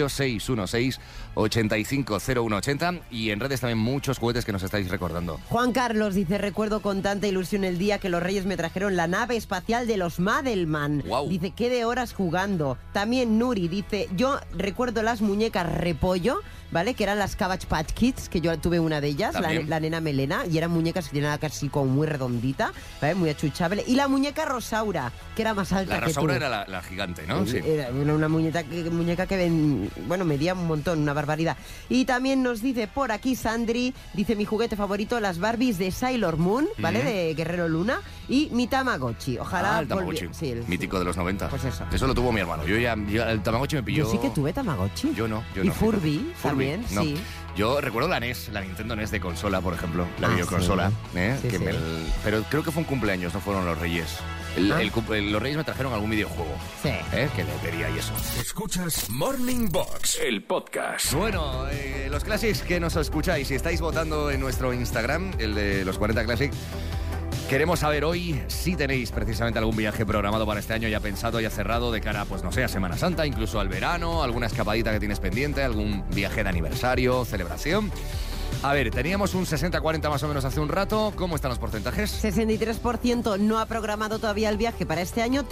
Speaker 2: 616-850180 y en redes también muchos juguetes que nos estáis recordando.
Speaker 4: Juan Carlos dice, recuerdo con tanta ilusión el día que los reyes me trajeron la nave espacial de los Madelman. Dice, qué de horas jugando. También Nuri dice, yo recuerdo las muñecas repollo, ¿vale? Que eran las Cabbage Patch Kids, que yo tuve una de ellas, la,
Speaker 2: También.
Speaker 4: la nena melena, y eran muñecas que tenían casi como muy redondita, ¿vale? Muy achuchable. Y la muñeca Rosaura, que era más alta
Speaker 2: La
Speaker 4: que tú.
Speaker 2: Rosaura
Speaker 4: Eh,
Speaker 2: era la, la gigante, ¿no? Sí.
Speaker 4: Era una, una muñeca, que- muñeca que ven, bueno, medía un montón, una barbaridad. Y también nos dice por aquí Sandri, dice mi juguete favorito, las Barbies de Sailor Moon, ¿vale?
Speaker 2: Ujú.
Speaker 4: De Guerrero Luna. Y mi Tamagotchi. Ojalá
Speaker 2: Ah, el
Speaker 4: volvi-
Speaker 2: Tamagotchi,
Speaker 4: Sí, el-
Speaker 2: mítico de los 90.
Speaker 4: Pues eso.
Speaker 2: lo tuvo mi hermano. Yo ya, yo- el Tamagotchi me pilló.
Speaker 4: Yo sí que tuve Tamagotchi.
Speaker 2: Yo no, yo
Speaker 4: y
Speaker 2: no.
Speaker 4: Furby,
Speaker 2: Furby,
Speaker 4: también,
Speaker 2: no.
Speaker 4: sí.
Speaker 2: Yo recuerdo la NES, la Nintendo NES de consola, por ejemplo, la
Speaker 4: Ah,
Speaker 2: videoconsola.
Speaker 4: sí.
Speaker 2: ¿eh?
Speaker 4: Sí,
Speaker 2: Que
Speaker 4: sí.
Speaker 2: me- pero creo que fue un cumpleaños, no fueron los Reyes. El-
Speaker 4: Ah.
Speaker 2: el cum- el- los Reyes me trajeron algún videojuego.
Speaker 4: Sí.
Speaker 2: ¿eh? Que lotería y eso.
Speaker 1: Escuchas Morning Box, el podcast.
Speaker 2: Bueno, eh, los Classics que nos escucháis, si estáis votando en nuestro Instagram, el de los 40 Classics, queremos saber hoy si tenéis precisamente algún viaje programado para este año ya pensado, ya cerrado, de cara, pues no sé, a Semana Santa, incluso al verano, alguna escapadita que tienes pendiente, algún viaje de aniversario, celebración. A ver, teníamos un 60-40 más o menos hace un rato. ¿Cómo están los porcentajes?
Speaker 4: 63% no ha programado todavía el viaje para este año,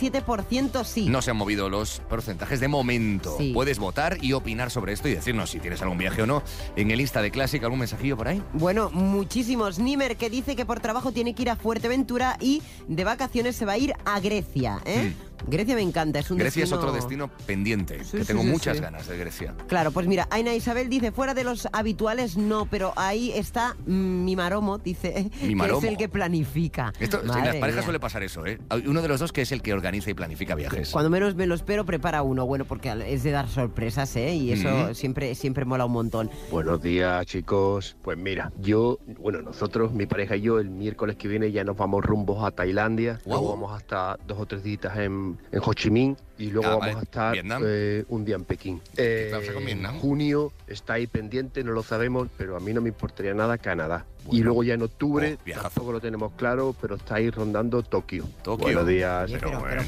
Speaker 4: 37% sí.
Speaker 2: No se han movido los porcentajes de momento.
Speaker 4: Sí.
Speaker 2: Puedes votar y opinar sobre esto y decirnos si tienes algún viaje o no. En el Insta de Classic, ¿algún mensajillo por ahí?
Speaker 4: Bueno, muchísimos. Nimer que dice que por trabajo tiene que ir a Fuerteventura y de vacaciones se va a ir a Grecia. ¿eh? Grecia me encanta, es un
Speaker 2: Grecia
Speaker 4: destino...
Speaker 2: es otro destino pendiente,
Speaker 4: Sí,
Speaker 2: que
Speaker 4: sí,
Speaker 2: tengo
Speaker 4: sí,
Speaker 2: muchas
Speaker 4: sí.
Speaker 2: ganas de Grecia.
Speaker 4: Claro, pues mira, Aina Isabel dice, fuera de los habituales no, pero ahí está mm, mi maromo, dice,
Speaker 2: Mi maromo.
Speaker 4: que es el que planifica.
Speaker 2: Esto, en las
Speaker 4: Madre
Speaker 2: parejas
Speaker 4: mía.
Speaker 2: suele pasar eso, ¿eh? Hay Uno de los dos que es el que organiza y planifica viajes.
Speaker 4: Cuando menos me lo espero, prepara uno. Bueno, porque al- es de dar sorpresas, ¿eh? Y eso
Speaker 2: Mm-hmm.
Speaker 20: Ujú.
Speaker 4: siempre, siempre mola un montón.
Speaker 2: Mm,
Speaker 20: Buenos días, chicos. Pues mira, yo, bueno, nosotros, mi pareja y yo, el miércoles que viene ya nos vamos rumbos a Tailandia. Luego vamos hasta dos o tres días en, en Ho Chi Minh y luego
Speaker 2: Ah,
Speaker 20: vamos
Speaker 2: vale.
Speaker 20: a estar
Speaker 2: Vietnam.
Speaker 20: eh, un día en Pekín. Eh,
Speaker 2: pasa con Vietnam?
Speaker 20: Junio está ahí pendiente, no lo sabemos, pero a mí no me importaría nada Canadá. Y luego ya en
Speaker 2: Oh,
Speaker 20: octubre, tampoco lo tenemos claro, pero está ahí rondando Tokio.
Speaker 2: Tokio.
Speaker 20: Buenos días.
Speaker 2: Pero bueno,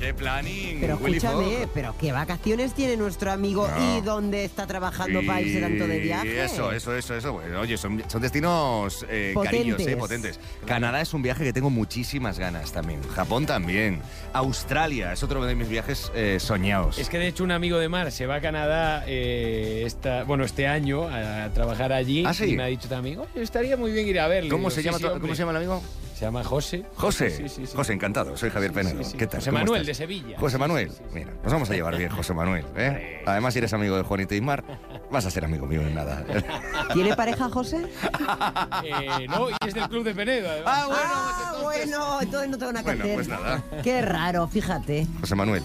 Speaker 2: qué planning,
Speaker 4: Pero
Speaker 2: Willy Fox.
Speaker 4: escúchame, pero qué vacaciones tiene nuestro amigo y dónde está trabajando para irse tanto de viaje.
Speaker 2: Eso, eso, eso, eso. Bueno, oye, son, son destinos eh, carillos, eh,
Speaker 4: Potentes.
Speaker 2: potentes. Canadá es un viaje que tengo muchísimas ganas también. Japón también. Australia es otro de mis viajes eh, soñados.
Speaker 5: Es que de hecho un amigo de Mar se va a Canadá eh, esta, bueno, este año a, trabajar allí
Speaker 2: ¿Ah, sí?
Speaker 5: y me ha dicho también, oye, estaría muy bien ir a verlo. Digo,
Speaker 2: ¿Cómo se
Speaker 5: "Sí,
Speaker 2: llama
Speaker 5: sí,
Speaker 2: tu-
Speaker 5: hombre".
Speaker 2: cómo se llama el amigo?
Speaker 5: Se llama José.
Speaker 2: José,
Speaker 5: Sí, sí, sí.
Speaker 2: José, encantado. Soy Javier Penero. ¿Qué tal?
Speaker 5: José
Speaker 2: ¿Cómo
Speaker 5: Manuel,
Speaker 2: estás?
Speaker 5: de Sevilla.
Speaker 2: José
Speaker 5: Sí,
Speaker 2: Manuel.
Speaker 5: sí, sí.
Speaker 2: Mira, nos vamos a llevar bien, José Manuel. ¿eh? Además, si eres amigo de Juanito Ismar, vas a ser amigo mío en nada.
Speaker 4: ¿Tiene pareja José?
Speaker 5: Eh, no, y es del Club de Penedo. además.
Speaker 4: Ah, bueno, bueno, entonces no tengo nada que
Speaker 2: Bueno,
Speaker 4: hacer.
Speaker 2: pues nada.
Speaker 4: Qué raro, fíjate.
Speaker 2: José Manuel,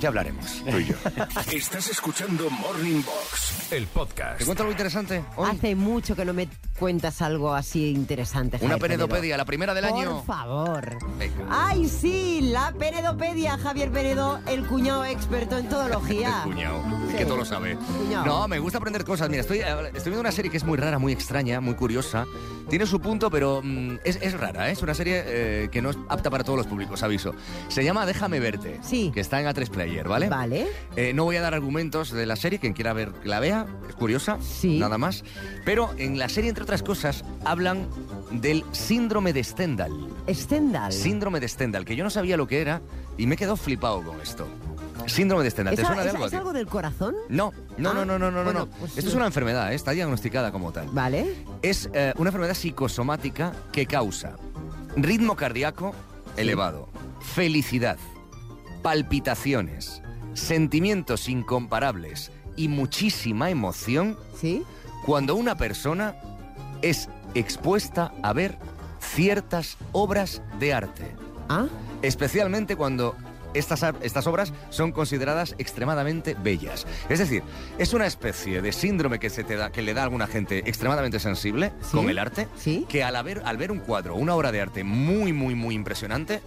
Speaker 2: ya hablaremos, tú y yo.
Speaker 1: Estás escuchando Morning Box, el podcast.
Speaker 2: ¿Te cuento algo interesante?
Speaker 4: Hace mucho que no me cuentas algo así interesante.
Speaker 2: Una
Speaker 4: Javier
Speaker 2: penedopedia,
Speaker 4: Penedo.
Speaker 2: la primera del
Speaker 4: Por
Speaker 2: año.
Speaker 4: favor.
Speaker 2: Venga.
Speaker 4: ¡Ay, sí! La penedopedia, Javier Penedo, el cuñado experto en
Speaker 2: El
Speaker 4: todología.
Speaker 2: cuñado,
Speaker 4: Sí.
Speaker 2: que todo lo sabe.
Speaker 4: Cuñao.
Speaker 2: No, me gusta aprender cosas. Mira, estoy, eh, estoy viendo una serie que es muy rara, muy extraña, muy curiosa, Tiene su punto, pero mm, es, es rara, ¿eh? es una serie eh, que no es apta para todos los públicos, aviso. Se llama Déjame verte. Sí. Que está en A3 Player, ¿vale?
Speaker 4: Vale.
Speaker 2: Eh, no voy a dar argumentos de la serie, quien quiera ver que la vea, es curiosa, nada más. Pero en la serie, entre otras cosas, hablan del síndrome de Stendhal.
Speaker 4: Stendhal.
Speaker 2: Síndrome de Stendhal, que yo no sabía lo que era y me he quedado flipado con esto. Síndrome de Stendhal, ¿te
Speaker 4: ¿Es,
Speaker 2: suena de
Speaker 4: es-
Speaker 2: algo? a
Speaker 4: es
Speaker 2: ti?
Speaker 4: algo del corazón?
Speaker 2: No, no, no, no, no, no, no,
Speaker 4: bueno,
Speaker 2: no.
Speaker 4: pues
Speaker 2: Esto
Speaker 4: sí.
Speaker 2: es una enfermedad, ¿eh? está diagnosticada como tal.
Speaker 4: Vale.
Speaker 2: Es eh, una enfermedad psicosomática que causa ritmo cardíaco elevado, felicidad, palpitaciones, sentimientos incomparables y muchísima emoción cuando una persona es expuesta a ver ciertas obras de arte.
Speaker 4: Ah,
Speaker 2: Especialmente cuando estas, ar- estas obras son consideradas extremadamente bellas. Es decir, es una especie de síndrome que, se te da, que le da a alguna gente extremadamente sensible con el arte, que al, haber- al ver un cuadro, una obra de arte muy, muy, muy impresionante,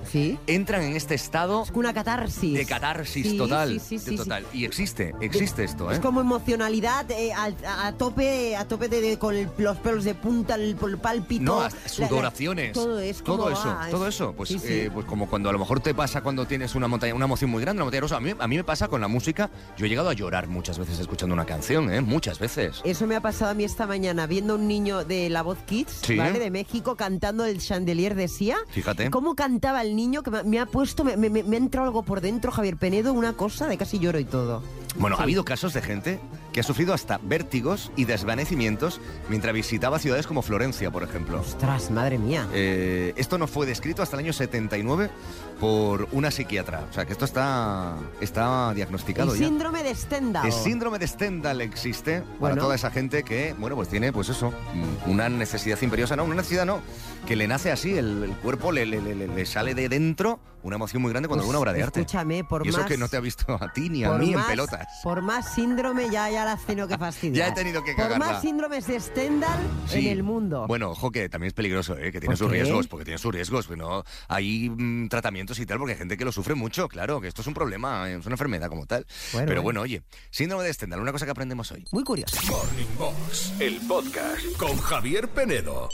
Speaker 2: entran en este estado...
Speaker 4: Una catarsis.
Speaker 2: De catarsis
Speaker 4: Sí, sí,
Speaker 2: total.
Speaker 4: sí,
Speaker 2: de
Speaker 4: sí, sí.
Speaker 2: total. Y existe, existe esto, ¿eh?
Speaker 4: Es como emocionalidad eh, al- a, a tope, a tope de, de- con el- los pelos de punta, el, pol- pálpito.
Speaker 2: No,
Speaker 4: la-
Speaker 2: hasta
Speaker 4: la-
Speaker 2: sudoraciones.
Speaker 4: todo es
Speaker 2: todo
Speaker 4: como,
Speaker 2: eso,
Speaker 4: ah,
Speaker 2: todo
Speaker 4: es-
Speaker 2: eso. Pues,
Speaker 4: sí, sí.
Speaker 2: eh, pues como cuando a lo mejor te pasa cuando tienes una montaña, una emoción muy grande, una montaña rusa. A mí, a mí me pasa con la música. Yo he llegado a llorar muchas veces escuchando una canción, ¿eh? Muchas veces.
Speaker 4: Eso me ha pasado a mí esta mañana, viendo a un niño de La Voz Kids,
Speaker 2: Sí.
Speaker 4: ¿vale? De México, cantando el chandelier de Sia.
Speaker 2: Fíjate.
Speaker 4: ¿Cómo cantaba el niño? Que me, me ha puesto, me, me, me ha entrado algo por dentro, Javier Penedo, una cosa de casi lloro y todo.
Speaker 2: Bueno, ha habido casos de gente que ha sufrido hasta vértigos y desvanecimientos mientras visitaba ciudades como Florencia, por ejemplo.
Speaker 4: Ostras, madre mía.
Speaker 2: Eh, esto no fue descrito hasta el año 79 por una psiquiatra. O sea, que esto está, está diagnosticado
Speaker 4: El
Speaker 2: ya.
Speaker 4: síndrome de Stendhal.
Speaker 2: El síndrome de Stendhal existe para
Speaker 4: Bueno.
Speaker 2: toda esa gente que, bueno, pues tiene, pues eso, mm, una necesidad imperiosa, no, una necesidad no, que le nace así, el, el cuerpo le, le- le- le- le sale de dentro una emoción muy grande cuando ve
Speaker 4: Pues,
Speaker 2: una obra de arte.
Speaker 4: Escúchame, por
Speaker 2: y eso
Speaker 4: más-
Speaker 2: que no te ha visto a ti ni a
Speaker 4: por
Speaker 2: mí en
Speaker 4: más-
Speaker 2: pelotas.
Speaker 4: Por más síndrome, ya, ya la has tenido que fastidiar.
Speaker 2: Ya he tenido que
Speaker 4: Por
Speaker 2: cagarla.
Speaker 4: más síndromes de Stendhal
Speaker 2: Sí.
Speaker 4: en el mundo.
Speaker 2: Bueno, ojo que también es peligroso, ¿eh? que tiene
Speaker 4: ¿Por
Speaker 2: sus
Speaker 4: qué?
Speaker 2: riesgos, porque tiene sus riesgos. que no hay mm, tratamientos y tal, porque hay gente que lo sufre mucho, claro, que esto es un problema, es una enfermedad como tal.
Speaker 1: Bueno,
Speaker 2: Pero
Speaker 1: eh.
Speaker 2: bueno, oye, síndrome de Stendhal, una cosa que aprendemos hoy.
Speaker 4: Muy curioso.
Speaker 1: Morning Box, el podcast con Javier Penedo.